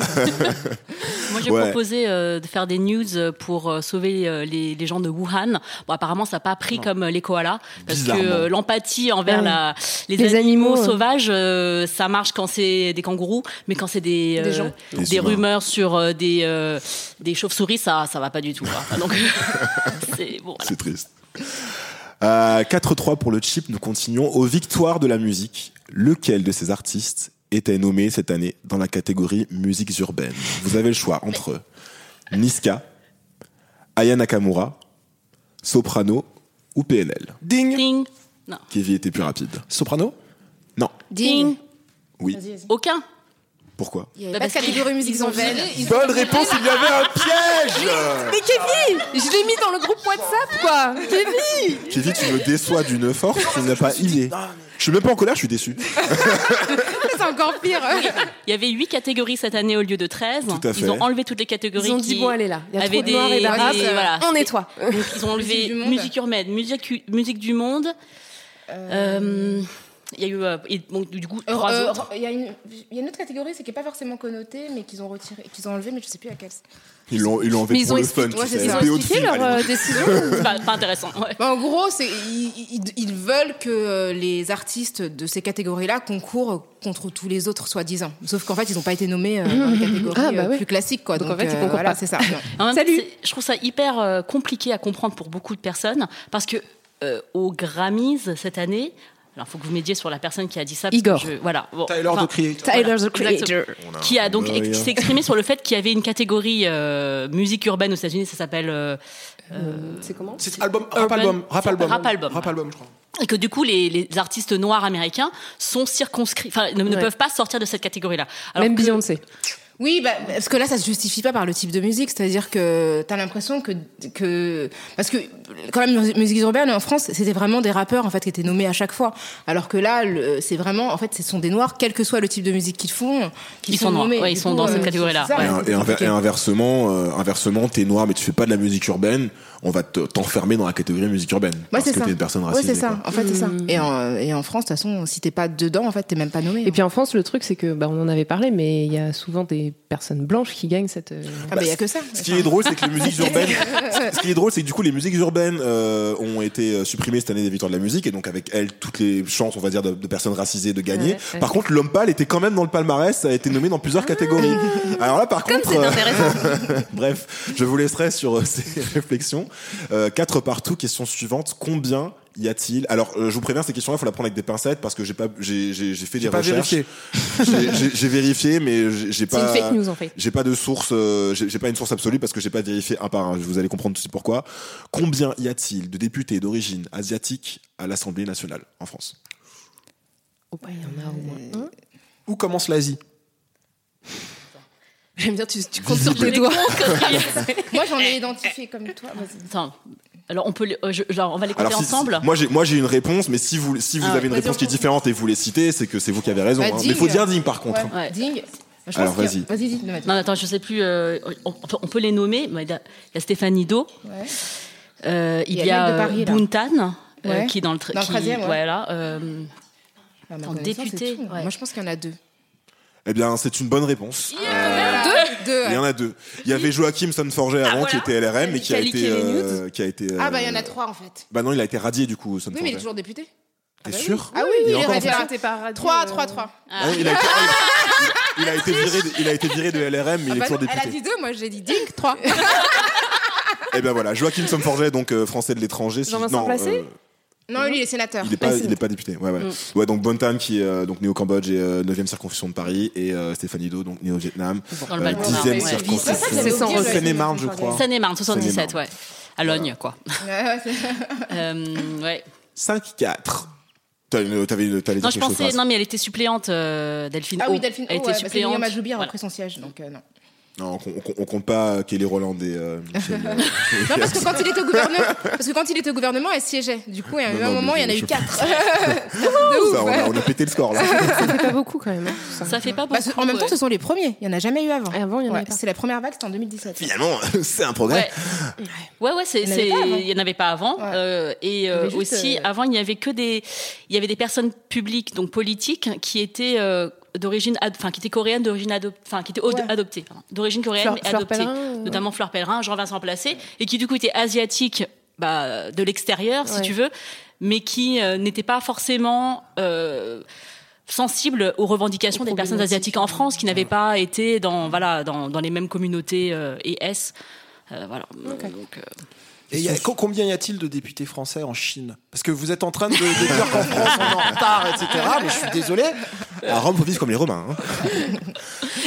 Speaker 5: Moi, j'ai
Speaker 3: Ouais.
Speaker 5: proposé euh, de faire des news euh, pour euh, sauver euh, les, les gens de Wuhan. Bon, apparemment, ça n'a pas pris comme euh, les koalas, parce que
Speaker 3: Bizarrement.
Speaker 5: euh, l'empathie envers
Speaker 6: Ah oui.
Speaker 5: la, les,
Speaker 6: Les
Speaker 5: animaux,
Speaker 6: animaux, euh.
Speaker 5: sauvages, euh, ça marche quand c'est des kangourous, mais quand c'est des, euh,
Speaker 6: Des gens.
Speaker 3: Des
Speaker 5: des
Speaker 3: humains.
Speaker 5: rumeurs sur euh, des, euh, des chauves-souris, ça ça va pas du tout. quoi. Donc, c'est bon. Voilà.
Speaker 3: C'est triste. Euh, 4-3 pour le chip, nous continuons aux victoires de la musique. Lequel de ces artistes était nommé cette année dans la catégorie musiques urbaines Vous avez le choix entre Niska, Aya Nakamura, Soprano ou PNL.
Speaker 7: Ding.
Speaker 5: Ding. Non.
Speaker 3: Kevin était plus rapide.
Speaker 7: Soprano
Speaker 3: Non.
Speaker 4: Ding.
Speaker 3: Oui.
Speaker 5: Aucun.
Speaker 3: Pourquoi
Speaker 4: Il y avait
Speaker 5: Bah,
Speaker 4: pas de
Speaker 5: parce
Speaker 4: catégorie musique
Speaker 5: ont
Speaker 4: nouvelle.
Speaker 5: viré, ils ont-
Speaker 3: Bonne réponse, il y avait un piège
Speaker 8: Mais Kevin Je l'ai mis dans le groupe WhatsApp, quoi Kevin
Speaker 3: Kevin, tu me déçois d'une force, tu n'as pas idée. Je suis même pas en colère, je suis déçu.
Speaker 4: C'est encore pire.
Speaker 5: Il y avait 8 catégories cette année au lieu de 13.
Speaker 3: Tout à fait.
Speaker 5: Ils ont enlevé toutes les catégories.
Speaker 8: Ils ont dit,
Speaker 5: qui
Speaker 8: bon, allez là, il y a
Speaker 5: avaient
Speaker 8: trop de noirs et
Speaker 5: des-
Speaker 8: d'arabes,
Speaker 5: des- voilà.
Speaker 8: on nettoie.
Speaker 5: Donc, ils ont enlevé
Speaker 4: du monde.
Speaker 5: musique urbaine, musique, musique du monde. Euh, Il y a eu euh, et donc, du coup trois
Speaker 4: Euh,
Speaker 5: autres.
Speaker 4: Il y, a une- il y a une autre catégorie, c'est qui n'est pas forcément connotée, mais qu'ils ont retiré, qu'ils ont enlevé, mais je sais plus laquelle.
Speaker 3: Ils l'ont ils l'ont enlevé
Speaker 8: Mais ils
Speaker 3: pour
Speaker 8: ont
Speaker 3: le fun.
Speaker 8: expliqué-
Speaker 3: tu
Speaker 4: ouais,
Speaker 3: sais,
Speaker 4: c'est ça.
Speaker 3: SPO de
Speaker 6: Expliquez
Speaker 3: film,
Speaker 6: leur
Speaker 3: allez.
Speaker 6: euh, décision.
Speaker 5: C'est pas, pas intéressant. ouais.
Speaker 4: Bah, en gros, c'est, ils, ils- ils veulent que euh, les artistes de ces catégories-là concourent contre tous les autres, soi-disant. Sauf qu'en fait, ils n'ont pas été nommés euh, dans les catégories
Speaker 6: Ah, bah
Speaker 4: euh,
Speaker 6: ouais.
Speaker 4: plus classiques. Quoi.
Speaker 6: Donc,
Speaker 4: Donc,
Speaker 6: en fait, ils
Speaker 4: euh,
Speaker 6: concourent
Speaker 4: voilà,
Speaker 6: pas.
Speaker 4: c'est ça. Non.
Speaker 5: En même temps,
Speaker 6: Salut.
Speaker 5: c'est- Je trouve ça hyper euh, compliqué à comprendre pour beaucoup de personnes parce que euh, aux Grammys cette année, alors faut que vous m'aidiez sur la personne qui a dit ça. parce que
Speaker 6: Igor.
Speaker 5: je- voilà. bon,
Speaker 7: Tyler,
Speaker 5: enfin,
Speaker 7: the Creator.
Speaker 8: Tyler,
Speaker 5: Voilà,
Speaker 8: the Creator.
Speaker 5: exactement. Qui a donc
Speaker 3: Bah,
Speaker 5: ex-
Speaker 3: rien.
Speaker 5: qui s'est exprimé sur le fait qu'il y avait une catégorie euh, musique urbaine aux États-Unis, ça s'appelle euh,
Speaker 6: C'est comment
Speaker 7: C'est album,
Speaker 5: Urban-
Speaker 7: rap album, rap
Speaker 5: c'est-
Speaker 7: album.
Speaker 5: rap album.
Speaker 7: Rap album, je crois.
Speaker 5: et que du coup les, les artistes noirs américains sont circonscrits, enfin ne, ne
Speaker 6: Ouais.
Speaker 5: peuvent pas sortir de cette catégorie-là. Alors
Speaker 6: Même
Speaker 5: que-
Speaker 6: Beyoncé.
Speaker 4: Oui, bah, parce que là, ça se justifie pas par le type de musique. C'est-à-dire que t'as l'impression que, que. Parce que, quand même, mus- musique urbaine en France, c'était vraiment des rappeurs en fait, qui étaient nommés à chaque fois. Alors que là, le- c'est vraiment. En fait, ce sont des noirs, quel que soit le type de musique qu'ils font. qu'ils
Speaker 5: Ils sont noirs.
Speaker 4: nommés.
Speaker 5: Ouais, ils
Speaker 4: Du
Speaker 5: sont dans cette
Speaker 4: c'est
Speaker 5: catégorie-là.
Speaker 4: ça,
Speaker 5: Ouais.
Speaker 3: Et,
Speaker 4: c'est
Speaker 3: et inver-
Speaker 4: compliqué.
Speaker 3: et inversement, euh, inversement, t'es noir mais tu fais pas de la musique urbaine, on va te- t'enfermer dans la catégorie musique urbaine
Speaker 4: Ouais,
Speaker 3: parce que t'es une personne
Speaker 4: Ouais,
Speaker 3: racisée.
Speaker 4: c'est ça.
Speaker 3: quoi.
Speaker 4: En fait, c'est ça. Et en, et en France, de toute façon, si t'es pas dedans, en fait, t'es même pas nommé. hein.
Speaker 6: Et puis en France, le truc, c'est que, bah, on en avait parlé, mais il y a souvent des personnes blanches qui gagnent cette. euh,
Speaker 4: ah, bah, y a que ça.
Speaker 3: Ce qui est drôle, c'est que les musiques urbaines, ce qui est drôle, c'est que du coup, les musiques urbaines euh, ont été euh, supprimées cette année des victoires de la musique, et donc avec elles, toutes les chances, on va dire, de, de personnes racisées de gagner.
Speaker 6: Ouais, Ah. ouais.
Speaker 3: Par contre, l'homme pâle était quand même dans le palmarès, ça a été nommé dans plusieurs catégories. Alors là, par contre, euh, bref, je vous laisserai sur euh, ces réflexions. Euh, quatre partout. Question suivante combien y a-t-il Alors, euh, je vous préviens, ces questions-là, faut la prendre avec des pincettes parce que j'ai pas, j'ai j'ai- j'ai fait des
Speaker 7: J'ai pas
Speaker 3: recherches.
Speaker 7: vérifié.
Speaker 3: J'ai- j'ai- J'ai vérifié, mais j'ai j'ai
Speaker 6: C'est
Speaker 3: pas.
Speaker 6: une fake news en fait.
Speaker 3: J'ai pas de source, euh, j'ai j'ai pas une source absolue parce que j'ai pas vérifié un par un. Vous allez comprendre tout de suite pourquoi. Combien y a-t-il de députés d'origine asiatique à l'Assemblée nationale en France
Speaker 6: Oh, bah, il y en a au moins un.
Speaker 7: Où commence l'Asie
Speaker 8: J'aime bien, tu, tu comptes sur tes doigts.
Speaker 4: Moi, j'en ai identifié comme toi. Vas-y.
Speaker 5: Attends. Alors on peut, les- euh, je- genre on va les compter
Speaker 3: si-
Speaker 5: ensemble.
Speaker 3: si- moi j'ai moi j'ai une réponse, mais si vous si vous
Speaker 5: Ah,
Speaker 3: avez une
Speaker 4: vas-y,
Speaker 3: réponse
Speaker 4: on
Speaker 3: qui est
Speaker 4: commence.
Speaker 3: différente et vous les citez, c'est que c'est vous qui avez raison.
Speaker 4: Bah,
Speaker 3: hein. Mais
Speaker 4: Ding.
Speaker 3: faut dire digne par contre. hein.
Speaker 4: Ouais.
Speaker 5: Ouais.
Speaker 4: Ding. Je pense
Speaker 3: Alors,
Speaker 4: qu'il y a-
Speaker 3: vas-y.
Speaker 4: Vas-y, dis. non, vas-y.
Speaker 5: Non, attends, je sais plus. euh, on, on peut- on peut les nommer. mais Il y a il y a Stéphanie Do.
Speaker 4: Ouais.
Speaker 5: euh, il,
Speaker 4: Il y a
Speaker 5: y a,
Speaker 4: Yannick de Paris, là.
Speaker 5: Buntan, euh,
Speaker 4: Ouais.
Speaker 5: qui est dans le, tra-
Speaker 4: Dans le
Speaker 5: qui-
Speaker 4: 13e, ouais.
Speaker 5: voilà, euh,
Speaker 4: Ah, ma
Speaker 5: En
Speaker 4: connaissance,
Speaker 5: député,
Speaker 4: c'est tout.
Speaker 5: ouais.
Speaker 4: Moi, je pense qu'il y en a deux.
Speaker 3: Eh bien, c'est une bonne réponse. Euh,
Speaker 4: Deux Deux.
Speaker 3: Il y en a deux. Il y avait Joachim Sonforger avant
Speaker 5: voilà.
Speaker 3: qui était LRM et qui a
Speaker 5: Qui a
Speaker 3: été
Speaker 5: leaké les
Speaker 3: euh, qui a été
Speaker 4: Ah, bah, il y en
Speaker 3: euh,
Speaker 4: a trois, en fait.
Speaker 3: Bah non, il a été radié du coup
Speaker 4: Oui, mais il est
Speaker 3: Sonforger.
Speaker 4: toujours député.
Speaker 3: T'es sûr
Speaker 4: Ah oui, oui,
Speaker 3: Il est
Speaker 4: il est
Speaker 3: encore en
Speaker 4: radié.
Speaker 3: fonction.
Speaker 4: Trois, trois, trois.
Speaker 3: Ah oui, il a été- il a été viré de- il a été viré de LRM, mais il est
Speaker 4: Bah non,
Speaker 3: toujours député.
Speaker 4: elle a dit deux, moi, j'ai dit ding, trois.
Speaker 3: Et ben voilà, Joachim Somforget, donc euh, français de l'étranger. si- euh,
Speaker 6: Jean-Vincent Placé
Speaker 4: Non, lui, il est sénateur.
Speaker 3: il n'est pas, il est pas député. Ouais, ouais. ouais donc Bontan, qui est euh, donc né au Cambodge et euh, 9e circonscription de Paris, et euh, Stéphanie Do, donc né au Vietnam.
Speaker 5: dans le
Speaker 3: Euh,
Speaker 5: Val de
Speaker 3: 10e
Speaker 5: Marne, ouais.
Speaker 3: circonscription.
Speaker 4: C'est
Speaker 6: sans
Speaker 4: refus.
Speaker 3: Seine-et-Marne, je crois.
Speaker 5: Seine-et-Marne, 77, ouais. À Logne, quoi.
Speaker 4: Ouais, ouais, c'est-
Speaker 5: Euh, ouais.
Speaker 3: 5-4. T'as- euh, T'avais t'allais dire
Speaker 5: Non, je
Speaker 3: quelque chose. hein.
Speaker 5: pensais.
Speaker 3: Grace.
Speaker 5: Non, mais elle était suppléante, euh, Delphine.
Speaker 4: Ah
Speaker 5: O.
Speaker 4: oui, Delphine.
Speaker 5: Elle
Speaker 4: Oh,
Speaker 5: était
Speaker 4: ouais, bah, c'est
Speaker 5: suppléante.
Speaker 4: Myriam Adjoubi a
Speaker 5: Voilà.
Speaker 4: repris son siège, donc euh, non.
Speaker 3: Non, on, on- on compte pas Kelly Roland et. euh, Michel, euh,
Speaker 4: Non, parce que quand il était au gouvernement, parce que quand il était au gouvernement, elle siégeait. Du coup,
Speaker 3: Non,
Speaker 4: à un
Speaker 3: non,
Speaker 4: moment,
Speaker 3: mais
Speaker 4: il y en a
Speaker 3: je-
Speaker 4: eu
Speaker 3: je-
Speaker 4: quatre. De
Speaker 3: ça, on, a,
Speaker 4: ouf.
Speaker 3: on a pété le score là.
Speaker 6: Ça fait pas beaucoup quand même. hein, tout ça.
Speaker 5: Ça fait pas beaucoup.
Speaker 4: Parce que, Bah, en même temps,
Speaker 5: Bah, ouais.
Speaker 4: ce sont les premiers. Il n'y en a jamais eu avant.
Speaker 6: Et avant, Ah, il y en
Speaker 4: Ouais,
Speaker 6: avait pas.
Speaker 4: C'est la première vague, c'était en 2017.
Speaker 3: Finalement, c'est un progrès.
Speaker 5: Ouais, ouais, ouais, c'est,
Speaker 4: Il y en
Speaker 5: c'est-
Speaker 4: avait pas avant.
Speaker 5: il y en avait pas avant.
Speaker 4: Ouais.
Speaker 5: Euh, et euh,
Speaker 4: avait juste,
Speaker 5: aussi,
Speaker 4: euh,
Speaker 5: avant, il y avait que des, il y avait des personnes publiques, donc politiques, qui étaient euh, d'origine, ad- enfin, qui étaient coréennes d'origine adoptée, enfin, qui étaient od-
Speaker 4: Ouais.
Speaker 5: adoptées, pardon. d'origine coréenne
Speaker 6: Fleur-
Speaker 5: mais
Speaker 6: Fleur
Speaker 5: adoptées,
Speaker 6: Pellerin, euh,
Speaker 5: notamment Fleur Pellerin, Jean-Vincent Placé, et qui du coup étaient asiatiques, bah, de l'extérieur, si
Speaker 6: Ouais.
Speaker 5: tu veux, mais qui euh, n'étaient pas forcément euh, sensibles aux revendications
Speaker 6: Aux
Speaker 5: des personnes asiatiques en France, qui n'avaient pas été dans, voilà, dans, dans les mêmes communautés euh, ES. Euh, voilà. Donc, euh,
Speaker 7: Et il y a- co- combien y a-t-il de députés français en Chine Parce que vous êtes en train de, de dire qu'en France on est en retard, etc. Mais je suis désolé.
Speaker 3: À Rome, faut vivre comme les Romains. hein.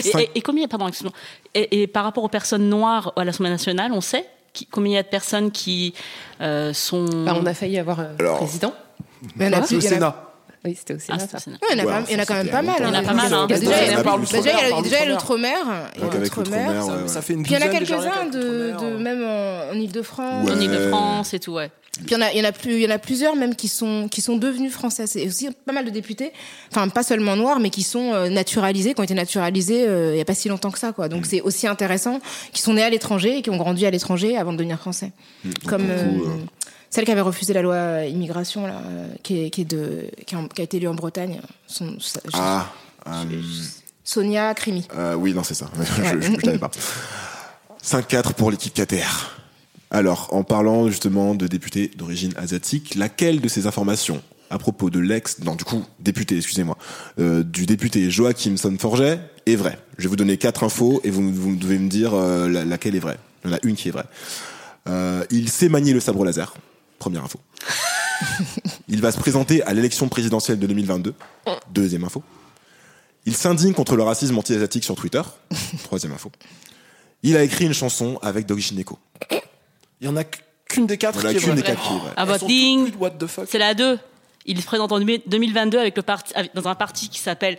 Speaker 5: Et, et- et combien, pardon, excuse-moi. Et, et par rapport aux personnes noires à l'Assemblée nationale, on sait qui- combien il y a de personnes qui euh, sont.
Speaker 6: Bah, on a failli avoir euh, président.
Speaker 4: Mais il y en a
Speaker 7: Le
Speaker 4: il y en a-
Speaker 7: Sénat.
Speaker 6: Oui, c'était aussi
Speaker 5: Ah,
Speaker 6: là,
Speaker 5: c'est
Speaker 6: ça.
Speaker 5: au Sénat.
Speaker 4: Ouais, Il y en a
Speaker 3: Ouais,
Speaker 4: pas- il y en
Speaker 3: ça,
Speaker 4: a quand même
Speaker 3: c'était
Speaker 4: pas mal.
Speaker 5: Il y en a
Speaker 4: des
Speaker 5: pas mal,
Speaker 4: gens. Bah,
Speaker 5: hein.
Speaker 7: Il y a
Speaker 4: déjà,
Speaker 7: plus
Speaker 4: il y a-
Speaker 7: de
Speaker 4: Déjà, il y a-
Speaker 7: l'outre-mer, par
Speaker 4: déjà, il y a
Speaker 7: l'outre-mer.
Speaker 4: l'outre-mer. il y a
Speaker 3: Donc avec
Speaker 4: l'outre-mer.
Speaker 3: l'outre-mer, ouais, ouais.
Speaker 7: Ça fait une
Speaker 4: Puis il y en a
Speaker 7: douzaine déjà,
Speaker 4: quelques-uns
Speaker 7: avec
Speaker 4: de,
Speaker 7: l'outre-mer,
Speaker 4: de-
Speaker 7: ouais.
Speaker 4: même en, en Ile-de-France.
Speaker 3: Ouais.
Speaker 5: En Ile-de-France et tout, ouais.
Speaker 4: Puis il y en a, il y en a plus, il y en a plusieurs même qui sont qui sont devenus françaises et aussi pas mal de députés, enfin pas seulement noirs mais qui sont euh, naturalisés, qui ont été naturalisés euh, il y a pas si longtemps que ça quoi. Donc c'est aussi intéressant qui sont nés à l'étranger et qui ont grandi à l'étranger avant de devenir français. Comme
Speaker 3: beaucoup,
Speaker 4: euh,
Speaker 3: euh,
Speaker 4: celle qui avait refusé la loi immigration là, euh, qui est, qui est de qui a, qui a été élue en Bretagne, euh, son, sa- je-
Speaker 3: Ah, euh,
Speaker 4: Sonia Crimi.
Speaker 3: euh, oui, non, c'est ça. je je, je l'avais pas. 5-4 pour l'équipe KTR. Alors, en parlant justement de députés d'origine asiatique, laquelle de ces informations à propos de l'ex, non, du coup, député, excusez-moi, euh, du député Joachim Sonforget est vraie Je vais vous donner quatre infos et vous, vous devez me dire euh, la- laquelle est vraie. Il y en a une qui est vraie. Euh, il sait manier le sabre laser. Première info. Il va se présenter à l'élection présidentielle de 2022. Deuxième info. Il s'indigne contre le racisme anti-asiatique sur Twitter. Troisième info. Il a écrit une chanson avec Dogi Shineko.
Speaker 7: Il y en a qu'une des quatre
Speaker 3: Voilà,
Speaker 7: qui est
Speaker 3: qu'une
Speaker 7: vraie.
Speaker 3: des quatre qui est vraie.
Speaker 5: Ah bah,
Speaker 7: Elles sont
Speaker 5: ding.
Speaker 7: toutes What the fuck
Speaker 5: C'est la 2. Il se présente en 2022 avec le parti, avec- dans un parti qui s'appelle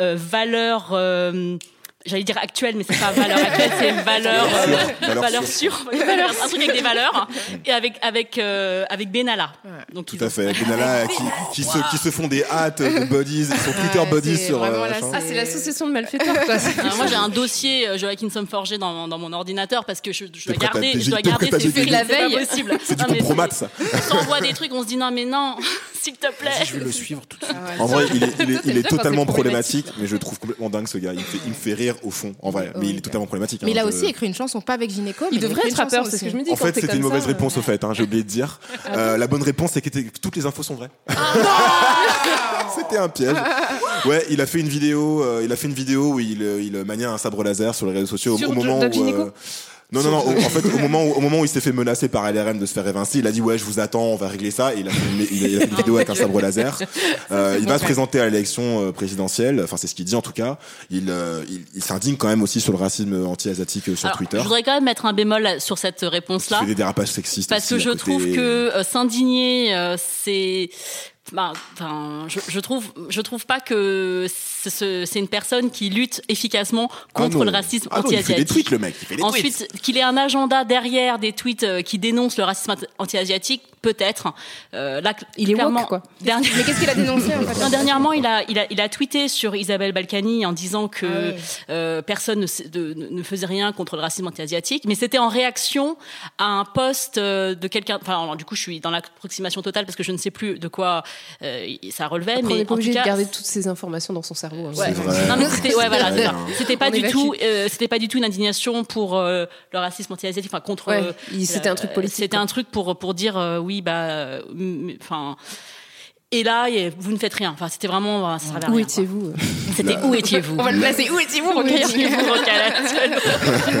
Speaker 5: euh, Valeur. euh, J'allais dire actuelle, mais c'est pas valeur actuelle, c'est valeur, euh,
Speaker 3: Valeur
Speaker 5: valeur
Speaker 3: sûre.
Speaker 5: sûre. Un truc avec des valeurs. hein. Et avec, avec, euh, avec Benalla. Donc,
Speaker 3: Tout
Speaker 5: ils ont-
Speaker 3: à fait. Benalla qui, qui se, qui se font des hâtes de buddies, son Twitter
Speaker 4: Ouais,
Speaker 3: buddies
Speaker 4: c'est
Speaker 3: sur. euh,
Speaker 4: vraiment la
Speaker 3: machin.
Speaker 6: Ah, c'est l'association de malfaiteurs, quoi.
Speaker 5: Alors, moi, j'ai un dossier euh, Joachim Sommeforger dans, dans mon ordinateur parce que je, je dois
Speaker 3: prêt à
Speaker 5: garder,
Speaker 3: t'agiter,
Speaker 5: je dois
Speaker 3: t'es
Speaker 5: garder
Speaker 3: prêt à
Speaker 5: ces
Speaker 3: t'agiter.
Speaker 5: faits,
Speaker 8: La
Speaker 5: c'est pas
Speaker 8: veille.
Speaker 5: possible.
Speaker 3: C'est du
Speaker 5: Non, mais
Speaker 3: compromat,
Speaker 5: c'est-
Speaker 3: ça.
Speaker 5: On s'envoie des trucs, on se dit non, mais non, s'il te plaît.
Speaker 7: Je vais le suivre tout de suite.
Speaker 3: En vrai, il est, il est-
Speaker 6: Ça, Ah c'est
Speaker 3: il est
Speaker 6: déjà quand
Speaker 3: totalement
Speaker 6: c'est problématique.
Speaker 3: problématique, mais je le trouve complètement dingue ce gars. Il me fait, il me fait rire au fond, en vrai. Mais il est totalement problématique.
Speaker 4: Mais il
Speaker 3: hein,
Speaker 4: a
Speaker 3: je-
Speaker 4: aussi écrit une chanson pas avec Gynéco, mais
Speaker 6: Il devrait
Speaker 4: a écrit
Speaker 6: être
Speaker 4: une
Speaker 6: rappeur,
Speaker 4: chanson
Speaker 6: c'est ce que
Speaker 4: aussi.
Speaker 6: je me dis.
Speaker 3: En
Speaker 6: quand
Speaker 3: fait,
Speaker 6: t'es
Speaker 3: c'était
Speaker 6: comme
Speaker 3: une mauvaise
Speaker 6: ça,
Speaker 3: réponse au fait. hein, J'ai oublié de dire. Euh, la bonne réponse, c'est que t'es- toutes les infos sont vraies.
Speaker 6: Ah,
Speaker 3: c'était un piège. Ouais, il a fait une vidéo. euh, il a fait une vidéo où il, euh, il maniait un sabre laser sur les réseaux sociaux au-
Speaker 6: Sur
Speaker 3: au, moment
Speaker 6: Doc
Speaker 3: où. euh,
Speaker 6: Gynéco
Speaker 3: non, non, non. au- en fait, au moment où, au moment où il s'est fait menacer par LRM de se faire évincer, il a dit ouais, je vous attends, on va régler ça. Et il a fait une, il a- il a fait une
Speaker 6: Oh
Speaker 3: vidéo avec un sabre laser. Euh, il va se présenter à l'élection euh, présidentielle. Enfin, c'est ce qu'il dit en tout cas. Il, euh, il, il s'indigne quand même aussi sur le racisme anti-asiatique euh, sur
Speaker 5: Alors,
Speaker 3: Twitter.
Speaker 5: Je voudrais quand même mettre un bémol là, sur cette
Speaker 3: Il
Speaker 5: réponse-là.
Speaker 3: fait des dérapages sexistes.
Speaker 5: Parce
Speaker 3: aussi,
Speaker 5: que
Speaker 3: à
Speaker 5: je
Speaker 3: côté. Ah
Speaker 5: trouve que euh, s'indigner, euh, c'est. bah, Enfin, je, je trouve, je trouve pas que ce- ce- c'est une personne qui lutte efficacement
Speaker 3: Ah
Speaker 5: contre
Speaker 3: non.
Speaker 5: le racisme
Speaker 3: Ah non, Il fait des
Speaker 5: anti-asiatique.
Speaker 3: tweets, le mec. Il fait des tweets.
Speaker 5: Ensuite, qu'il ait un agenda derrière des tweets euh, qui dénoncent le racisme anti- anti-asiatique, peut-être. Euh, là,
Speaker 6: Il est woke,
Speaker 5: clairement,
Speaker 6: quoi.
Speaker 5: dernier-
Speaker 4: Mais qu'est-ce qu'il a dénoncé en fait
Speaker 5: non, dernièrement, il a, il, a, il a tweeté sur Isabelle Balkany en disant que
Speaker 4: Ah ouais.
Speaker 5: euh, personne ne, s- de- ne- ne faisait rien contre le racisme anti-asiatique, mais c'était en réaction à un post euh, de quelqu'un. Enfin, alors, du coup, je suis dans l'approximation totale parce que je ne sais plus de quoi euh, ça relevait,
Speaker 6: Après, on
Speaker 5: mais
Speaker 6: n'est pas
Speaker 5: en tout
Speaker 6: obligé de
Speaker 5: cas.
Speaker 6: garder toutes ces informations dans son cerveau. hein.
Speaker 5: Ouais.
Speaker 3: C'est vrai.
Speaker 5: Non, mais c'était ouais, voilà,
Speaker 3: C'est vrai,
Speaker 5: c'est ça.
Speaker 3: hein.
Speaker 5: C'était pas
Speaker 6: On est
Speaker 5: du
Speaker 6: vacu.
Speaker 5: tout, euh, c'était pas du tout une indignation pour euh, le racisme anti-asiatique, enfin contre.
Speaker 6: Ouais,
Speaker 5: euh,
Speaker 6: il- c'était un truc politique,
Speaker 5: C'était
Speaker 6: quoi.
Speaker 5: un truc pour pour dire euh, oui bah euh, m- enfin. Et là, et vous ne faites rien. Enfin, c'était vraiment. euh, Ça servait à
Speaker 6: Où
Speaker 5: rien,
Speaker 6: étiez-vous
Speaker 5: quoi. C'était où étiez-vous
Speaker 4: Bah, On va le placer où est-il
Speaker 5: Pour
Speaker 4: Où
Speaker 5: accueillir
Speaker 4: est-il
Speaker 5: les pauvres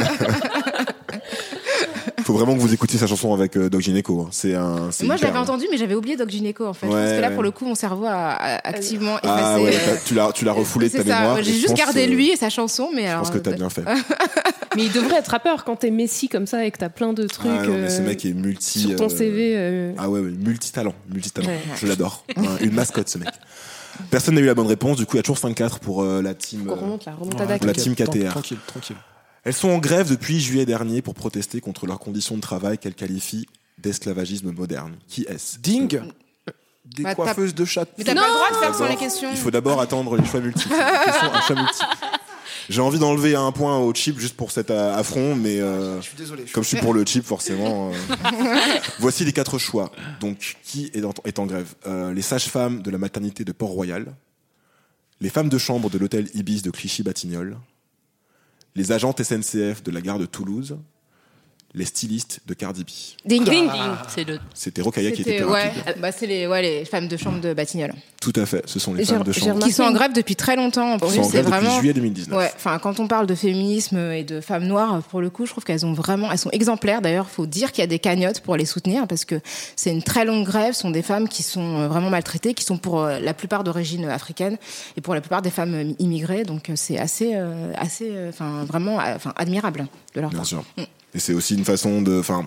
Speaker 5: calates.
Speaker 3: Faut vraiment que vous écoutiez sa chanson avec euh, Doc Gineco. hein. C'est un. c'est
Speaker 4: Moi, je
Speaker 3: hyper-
Speaker 4: l'avais entendu, mais j'avais oublié Doc Gynéco, en fait.
Speaker 3: Ouais,
Speaker 4: Parce que là,
Speaker 3: ouais.
Speaker 4: pour le coup, mon cerveau a, a activement effacé.
Speaker 3: Ah ouais,
Speaker 4: euh,
Speaker 3: t'as- tu l'as, tu l'as refoulé de
Speaker 4: c'est
Speaker 3: ta
Speaker 4: ça,
Speaker 3: mémoire.
Speaker 4: ouais,
Speaker 3: et
Speaker 4: J'ai
Speaker 3: je
Speaker 4: juste
Speaker 3: pense,
Speaker 4: gardé
Speaker 3: euh,
Speaker 4: lui hein, et sa chanson, mais
Speaker 3: Je
Speaker 4: alors. euh,
Speaker 3: pense que t'as bien fait.
Speaker 6: Mais il devrait être rappeur quand t'es Messi comme ça et que t'as plein de trucs
Speaker 3: Ah non, mais ce
Speaker 6: euh,
Speaker 3: mec est multi.
Speaker 6: sur ton
Speaker 3: euh,
Speaker 6: CV. euh,
Speaker 3: Ah ouais, ouais, multitalent, multitalent. Je l'adore. Ouais, Une mascotte, ce mec. Personne n'a eu la bonne réponse. Du coup, il y a toujours 5-4 pour euh, la team.
Speaker 6: qu'on
Speaker 3: euh,
Speaker 6: remonte là, remontada
Speaker 3: Ouais,
Speaker 6: qui-
Speaker 3: la team
Speaker 7: Tranquille,
Speaker 3: KTR.
Speaker 7: Tranquille, tranquille.
Speaker 3: Elles sont en grève depuis juillet dernier pour protester contre leurs conditions de travail qu'elles qualifient d'esclavagisme moderne. Qui est-ce
Speaker 7: Ding Des
Speaker 4: Bah, t'as-
Speaker 7: coiffeuses de chat.
Speaker 4: Mais t'as pas le droit de faire sans les questions.
Speaker 3: Il faut d'abord attendre les choix multiples. Ils sont un choix multiple. J'ai envie d'enlever un point au chip juste pour cet euh, affront, mais euh,
Speaker 7: Ah, Je suis désolé.
Speaker 3: comme je suis pour le chip, forcément. euh, Voici les quatre choix. Donc, qui est en, est en grève Euh, Les sages-femmes de la maternité de Port-Royal, les femmes de chambre de l'hôtel Ibis de Clichy-Batignolles, les agentes SNCF de la gare de Toulouse, les stylistes de Cardi B.
Speaker 4: Ding.
Speaker 5: Ah, C'est le.
Speaker 3: C'était Rocaille qui était
Speaker 4: C'était,
Speaker 3: plus
Speaker 4: ouais,
Speaker 3: rapide.
Speaker 4: bah, c'est les, ouais, les femmes de chambre de Batignolles.
Speaker 3: Tout à fait, ce sont les
Speaker 6: J'ai-
Speaker 3: femmes de
Speaker 6: j'ai
Speaker 3: chambre.
Speaker 6: remarqué-
Speaker 4: Qui sont en grève depuis très longtemps. En
Speaker 3: Ils sont
Speaker 4: plus,
Speaker 3: en
Speaker 4: c'est
Speaker 3: grève
Speaker 4: vraiment.
Speaker 3: depuis juillet 2019.
Speaker 4: Ouais, enfin, quand on parle de féminisme et de femmes noires, pour le coup, je trouve qu'elles ont vraiment, elles sont exemplaires. D'ailleurs, faut dire qu'il y a des cagnottes pour les soutenir parce que c'est une très longue grève. Ce sont des femmes qui sont euh, vraiment maltraitées, qui sont pour euh, la plupart d'origine africaine et pour la plupart des femmes euh, immigrées. Donc, euh, c'est assez, euh, assez, euh, enfin, vraiment, euh, enfin, admirable de leur
Speaker 3: Bien
Speaker 4: part.
Speaker 3: sûr. Et c'est aussi une façon de. Enfin,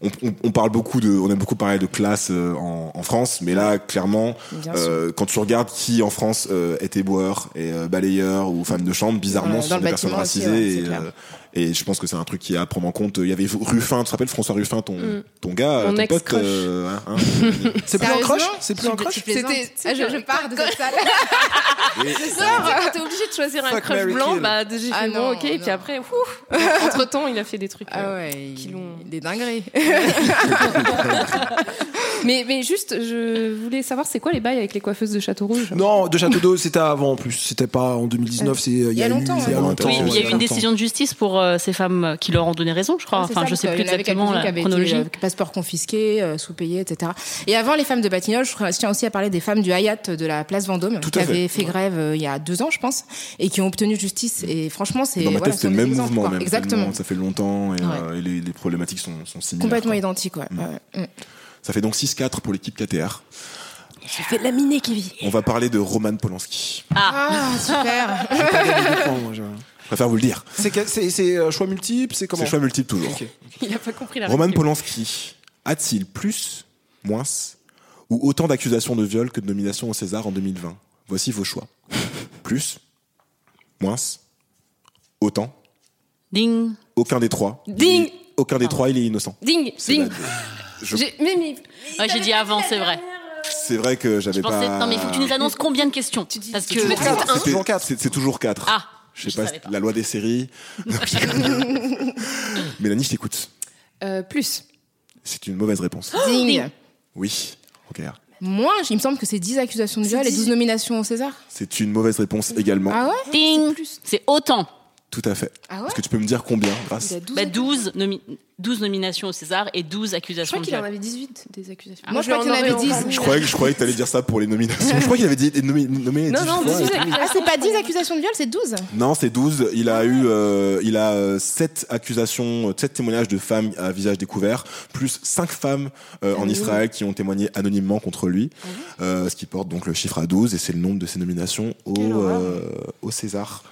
Speaker 3: on, on- on parle beaucoup de, on a beaucoup parlé de classe euh, en, en France, mais là, clairement,
Speaker 4: Bien
Speaker 3: euh, quand tu regardes qui en France euh, était boueur et euh, balayeur ou femme de chambre, bizarrement,
Speaker 4: Dans
Speaker 3: ce sont
Speaker 4: le
Speaker 3: des personnes
Speaker 4: bâtiment aussi,
Speaker 3: racisées.
Speaker 4: ouais, c'est
Speaker 3: et,
Speaker 4: clair.
Speaker 3: euh, et je pense que c'est un truc qui est à prendre en compte. Il y avait Ruffin, tu te rappelles François Ruffin, ton,
Speaker 4: Hmm.
Speaker 3: ton gars,
Speaker 6: Mon
Speaker 3: ton pote.
Speaker 6: ex-crush.
Speaker 3: euh, hein, hein,
Speaker 7: C'est plus un
Speaker 4: Sérieusement
Speaker 7: crush C'est plus un crush
Speaker 4: C'était.
Speaker 8: C'était-
Speaker 4: je, je pars de cette salle.
Speaker 6: T'es obligé de choisir un
Speaker 7: Fuck,
Speaker 6: crush
Speaker 7: Mary
Speaker 6: blanc,
Speaker 7: Kill.
Speaker 6: bah j'ai fait
Speaker 4: Ah non,
Speaker 6: bon, ok, et puis
Speaker 4: non.
Speaker 6: après, entre temps, il a fait des trucs.
Speaker 4: Ah
Speaker 6: euh,
Speaker 4: ouais,
Speaker 6: Qui
Speaker 4: il,
Speaker 6: l'ont-
Speaker 4: il est dinguerie.
Speaker 6: mais, mais juste, je voulais savoir, c'est quoi les bails avec les coiffeuses de Château Rouge
Speaker 7: Non, de Château d'Eau, c'était avant en plus. C'était pas en 2019, c'est euh, il y a,
Speaker 4: Il y a
Speaker 7: eu-
Speaker 4: longtemps,
Speaker 7: Il y a
Speaker 4: ouais.
Speaker 7: longtemps.
Speaker 5: Oui,
Speaker 7: ouais,
Speaker 5: il y a eu
Speaker 7: longtemps.
Speaker 5: une décision de justice pour euh, ces femmes euh, qui leur ont donné raison, je crois.
Speaker 4: Ouais, c'est
Speaker 5: enfin,
Speaker 4: ça,
Speaker 5: je sais
Speaker 4: donc, euh,
Speaker 5: plus
Speaker 4: il y en avait
Speaker 5: exactement
Speaker 4: quelques-unes
Speaker 5: la
Speaker 4: qui avaient
Speaker 5: chronologie.
Speaker 4: été, euh, Passeport confisqué, euh, sous-payé, etc. Et avant les femmes de Batignolles, je tiens aussi à parler des femmes du Hayat de la place Vendôme
Speaker 3: Tout
Speaker 4: qui
Speaker 3: à fait.
Speaker 4: avaient fait grève euh, il y a deux ans, je pense, et qui ont obtenu justice. Et franchement, c'est
Speaker 3: Dans ma
Speaker 4: voilà,
Speaker 3: tête, c'est le
Speaker 4: sont des
Speaker 3: même
Speaker 4: exemples,
Speaker 3: mouvement,
Speaker 4: quoi.
Speaker 3: même.
Speaker 4: Exactement.
Speaker 3: Ça fait longtemps et,
Speaker 4: Ouais.
Speaker 3: euh, et les, les problématiques sont, sont similaires.
Speaker 4: Complètement
Speaker 3: quoi.
Speaker 4: identique, ouais. ouais. Mm.
Speaker 3: Ça fait donc 6-4 pour l'équipe KTR.
Speaker 6: J'ai fait de la minée, Kevin.
Speaker 3: On va parler de Roman Polanski.
Speaker 4: Ah, super.
Speaker 7: Des points, moi, je-
Speaker 3: Je préfère vous le dire.
Speaker 7: C'est que- C'est c'est, euh, choix multiple, c'est comment
Speaker 3: C'est choix multiple toujours.
Speaker 7: Ok.
Speaker 6: Il a pas compris la
Speaker 3: Roman
Speaker 6: réplique.
Speaker 3: Polanski a-t-il plus, moins ou autant d'accusations de viol que de nominations au César en 2020 Voici vos choix. Plus, moins, autant,
Speaker 6: euh,
Speaker 5: Ding.
Speaker 3: aucun des trois.
Speaker 6: Ding.
Speaker 3: Il- Aucun
Speaker 5: Ah.
Speaker 3: des trois, il est innocent.
Speaker 6: Ding,
Speaker 3: C'est
Speaker 6: ding.
Speaker 3: la- je-
Speaker 6: J'ai- Mais, mais
Speaker 5: Ouais, j'ai dit avant, c'est vrai.
Speaker 3: C'est vrai que j'avais
Speaker 5: Je pensais.
Speaker 3: pas.
Speaker 4: Eh
Speaker 5: Non, mais il faut que tu
Speaker 4: bah.
Speaker 5: nous annonces combien de questions. Parce que.
Speaker 7: toujours quatre.
Speaker 3: C'était-
Speaker 7: C'est toujours quatre.
Speaker 3: C'est c'est toujours 4.
Speaker 5: Ah,
Speaker 3: je
Speaker 5: je
Speaker 3: sais pas,
Speaker 5: savais pas.
Speaker 3: la loi des séries. Mélanie, je t'écoute.
Speaker 6: euh, plus.
Speaker 3: C'est une mauvaise réponse.
Speaker 4: Ding.
Speaker 3: Oui, ok.
Speaker 4: Moi, il me semble que c'est 10 accusations de viol et 12 nominations au César.
Speaker 3: C'est une mauvaise réponse également.
Speaker 4: Ah ouais
Speaker 5: Ding. C'est autant.
Speaker 3: Tout à fait.
Speaker 4: Ah ouais
Speaker 3: Est-ce que tu peux me dire combien, grâce
Speaker 6: Il a 12.
Speaker 5: Bah, 12, nomi- 12 nominations au César et 12
Speaker 6: Je
Speaker 5: accusations
Speaker 6: crois
Speaker 5: de
Speaker 6: qu'il en
Speaker 5: viol.
Speaker 6: avait 18 des accusations.
Speaker 4: Moi, je crois qu'il en avait 10.
Speaker 3: Je croyais, que- je croyais que t'allais dire ça pour les nominations. Je crois qu'il avait dit nommé, nommé
Speaker 6: Non,
Speaker 3: 10
Speaker 6: non,
Speaker 3: fois.
Speaker 6: 12
Speaker 4: Ah,
Speaker 6: accusations.
Speaker 4: c'est pas 10 accusations de viol, c'est 12.
Speaker 3: Non, c'est 12. Il a eu, euh, il a euh, 7 accusations, 7 témoignages de femmes à visage découvert, plus 5 femmes euh, en Israël qui ont témoigné anonymement contre lui,
Speaker 5: Ah
Speaker 3: euh, ce qui porte donc le chiffre à 12 et c'est le nombre de ses nominations au,
Speaker 6: Quelle horreur.
Speaker 3: euh, au César.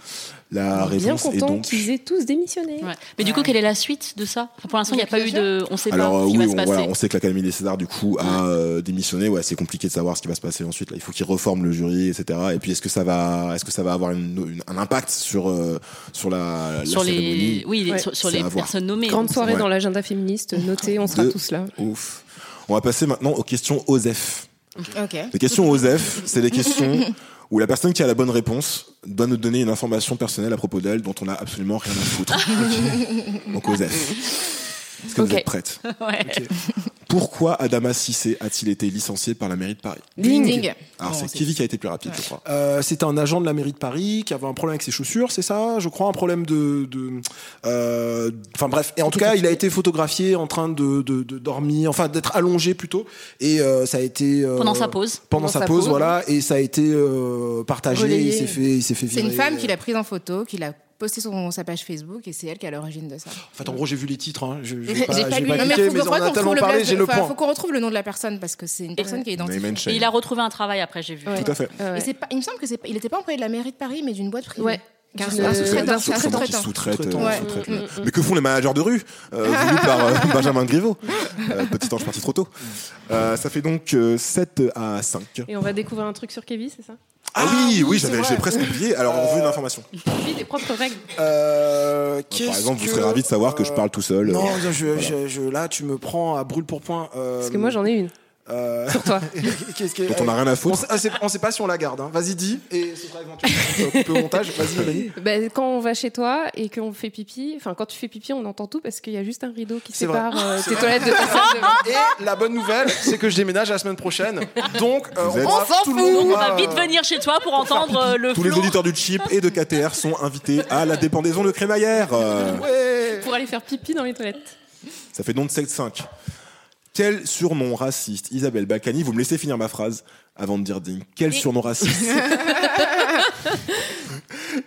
Speaker 3: La
Speaker 6: On est bien
Speaker 3: réponse est
Speaker 6: content
Speaker 3: donc.
Speaker 6: qu'ils aient tous démissionné.
Speaker 5: Ouais. Mais du coup, quelle est la suite de ça Enfin, Pour l'instant, il n'y a pas eu de. On ne sait
Speaker 3: Alors
Speaker 5: pas
Speaker 3: euh,
Speaker 5: ce
Speaker 3: oui,
Speaker 5: qui va se
Speaker 3: on, voilà,
Speaker 5: passer.
Speaker 3: on sait que l'Académie des Césars du coup a euh, démissionné. Ouais, c'est compliqué de savoir ce qui va se passer ensuite. Là, il faut qu'ils reforment le jury, etc. Et puis est-ce que ça va, est-ce que ça va avoir une- une- un impact sur euh, sur la, la
Speaker 5: Sur
Speaker 3: cérémonie
Speaker 5: les, oui, les-
Speaker 6: Ouais.
Speaker 5: sur, sur
Speaker 3: C'est
Speaker 5: les
Speaker 3: à voir.
Speaker 5: personnes nommées.
Speaker 6: Grande
Speaker 5: Donc,
Speaker 6: soirée
Speaker 3: Ouais.
Speaker 6: dans l'agenda féministe, notez, on sera
Speaker 3: Deux.
Speaker 6: tous là.
Speaker 3: Ouf. On va passer maintenant aux questions OSEF.
Speaker 4: Ok.
Speaker 3: Les questions OSEF, c'est les questions où la personne qui a la bonne réponse doit nous donner une information personnelle à propos d'elle dont on n'a absolument rien à foutre. Donc OSEF. Est-ce que
Speaker 6: Ok.
Speaker 3: vous êtes prête
Speaker 5: c'est- Ouais.
Speaker 3: Pourquoi Adama Cissé a-t-il été licencié par la mairie de Paris
Speaker 4: Ding.
Speaker 3: Alors
Speaker 4: Bon,
Speaker 3: c'est
Speaker 4: c'est-
Speaker 3: Kevin qui a été plus rapide, je crois.
Speaker 7: Euh, c'était un agent de la mairie de Paris qui avait un problème avec ses chaussures, c'est ça, je crois, un problème de. de- euh, Enfin bref, et en tout cas, il a été photographié en train de, de- de dormir, enfin d'être allongé plutôt, et euh, ça a été. euh,
Speaker 5: Pendant sa pause.
Speaker 7: Pendant, sa, pause, voilà, et ça a été euh, partagé,
Speaker 6: Relayé.
Speaker 7: il s'est fait, il s'est fait
Speaker 4: C'est
Speaker 7: virer.
Speaker 4: une femme qui l'a prise en photo, qui l'a postée sur sa page Facebook et c'est elle qui est à l'origine de ça.
Speaker 7: En fait, en gros, j'ai vu les titres, hein. je, je
Speaker 4: J'ai
Speaker 7: vais pas, je vais
Speaker 4: lu.
Speaker 7: pas
Speaker 4: Non, mais
Speaker 7: cliquer,
Speaker 4: faut
Speaker 7: mais
Speaker 4: qu'on
Speaker 7: on en a
Speaker 4: retrouve
Speaker 7: tellement
Speaker 4: le
Speaker 7: parlé,
Speaker 4: blaze-
Speaker 7: j'ai le
Speaker 4: enfin,
Speaker 7: point.
Speaker 4: faut qu'on retrouve le nom de la personne parce que c'est une personne qui est identifiée.
Speaker 3: Name and
Speaker 5: Et
Speaker 3: shame.
Speaker 5: il a retrouvé un travail après, j'ai vu.
Speaker 6: Ouais.
Speaker 3: Tout à fait.
Speaker 6: Ouais.
Speaker 4: Et c'est pas, il me semble que c'est, pas- il n'était pas employé de la mairie de Paris, mais d'une boîte privée.
Speaker 6: Ouais.
Speaker 4: Car
Speaker 6: D'une-
Speaker 4: un
Speaker 6: Euh,
Speaker 4: sous-traitant,
Speaker 6: d'un
Speaker 4: un
Speaker 3: Sous-traitant qui
Speaker 4: sous-traitant.
Speaker 3: sous-traite,
Speaker 7: Sous-traitant,
Speaker 3: euh,
Speaker 4: Ah, ouais.
Speaker 3: sous-traite,
Speaker 6: Mm,
Speaker 3: ouais. Mais que font les managers de rue euh, voulus par euh, Benjamin Griveaux Euh, Petit ange parti trop tôt. Euh, ça fait donc euh, 7 à 5.
Speaker 6: Et on va découvrir un truc sur Kevin, c'est ça
Speaker 3: Ah, oui, oui, j'avais j'ai presque oublié. Alors on veut une information.
Speaker 6: Lui, des propres règles.
Speaker 7: Euh,
Speaker 3: Par
Speaker 7: qu'est-ce
Speaker 3: exemple, vous
Speaker 7: que-
Speaker 3: serez ravi de savoir que je parle tout seul.
Speaker 7: Non,
Speaker 3: Euh,
Speaker 7: je, je- je- là, tu me prends à brûle pour point. euh,
Speaker 6: Parce que moi, j'en ai une.
Speaker 7: euh,
Speaker 6: Pour toi.
Speaker 7: Qu'est-ce que-
Speaker 3: Dont on n'a rien à
Speaker 7: On
Speaker 3: foutre.
Speaker 7: sait, ah, c'est- on sait pas si on la garde. hein. Vas-y, dis. Et ce sera éventuellement coupé au montage. Vas-y, Mélanie.
Speaker 6: Ben, quand on va chez toi et qu'on fait pipi, enfin quand tu fais pipi, on entend tout parce qu'il y a juste un rideau qui
Speaker 7: C'est vrai.
Speaker 6: sépare euh, tes toilettes de ta salle de bain.
Speaker 7: Et la bonne nouvelle, c'est que je déménage la semaine prochaine. Donc, euh,
Speaker 3: Vous êtes-
Speaker 7: va- tout le monde
Speaker 5: Donc on va
Speaker 7: euh,
Speaker 5: vite
Speaker 3: Ah.
Speaker 5: venir chez toi pour entendre euh, le
Speaker 3: Tous les
Speaker 5: flot
Speaker 3: auditeurs du chip et de KTR sont invités à la dépendaison de crémaillère. Euh,
Speaker 7: ouais.
Speaker 6: pour aller faire pipi dans les toilettes.
Speaker 3: Ça fait donc 7-5. Quel surnom raciste, Isabelle Balkany, vous me laissez finir ma phrase avant de dire ding. Quel surnom raciste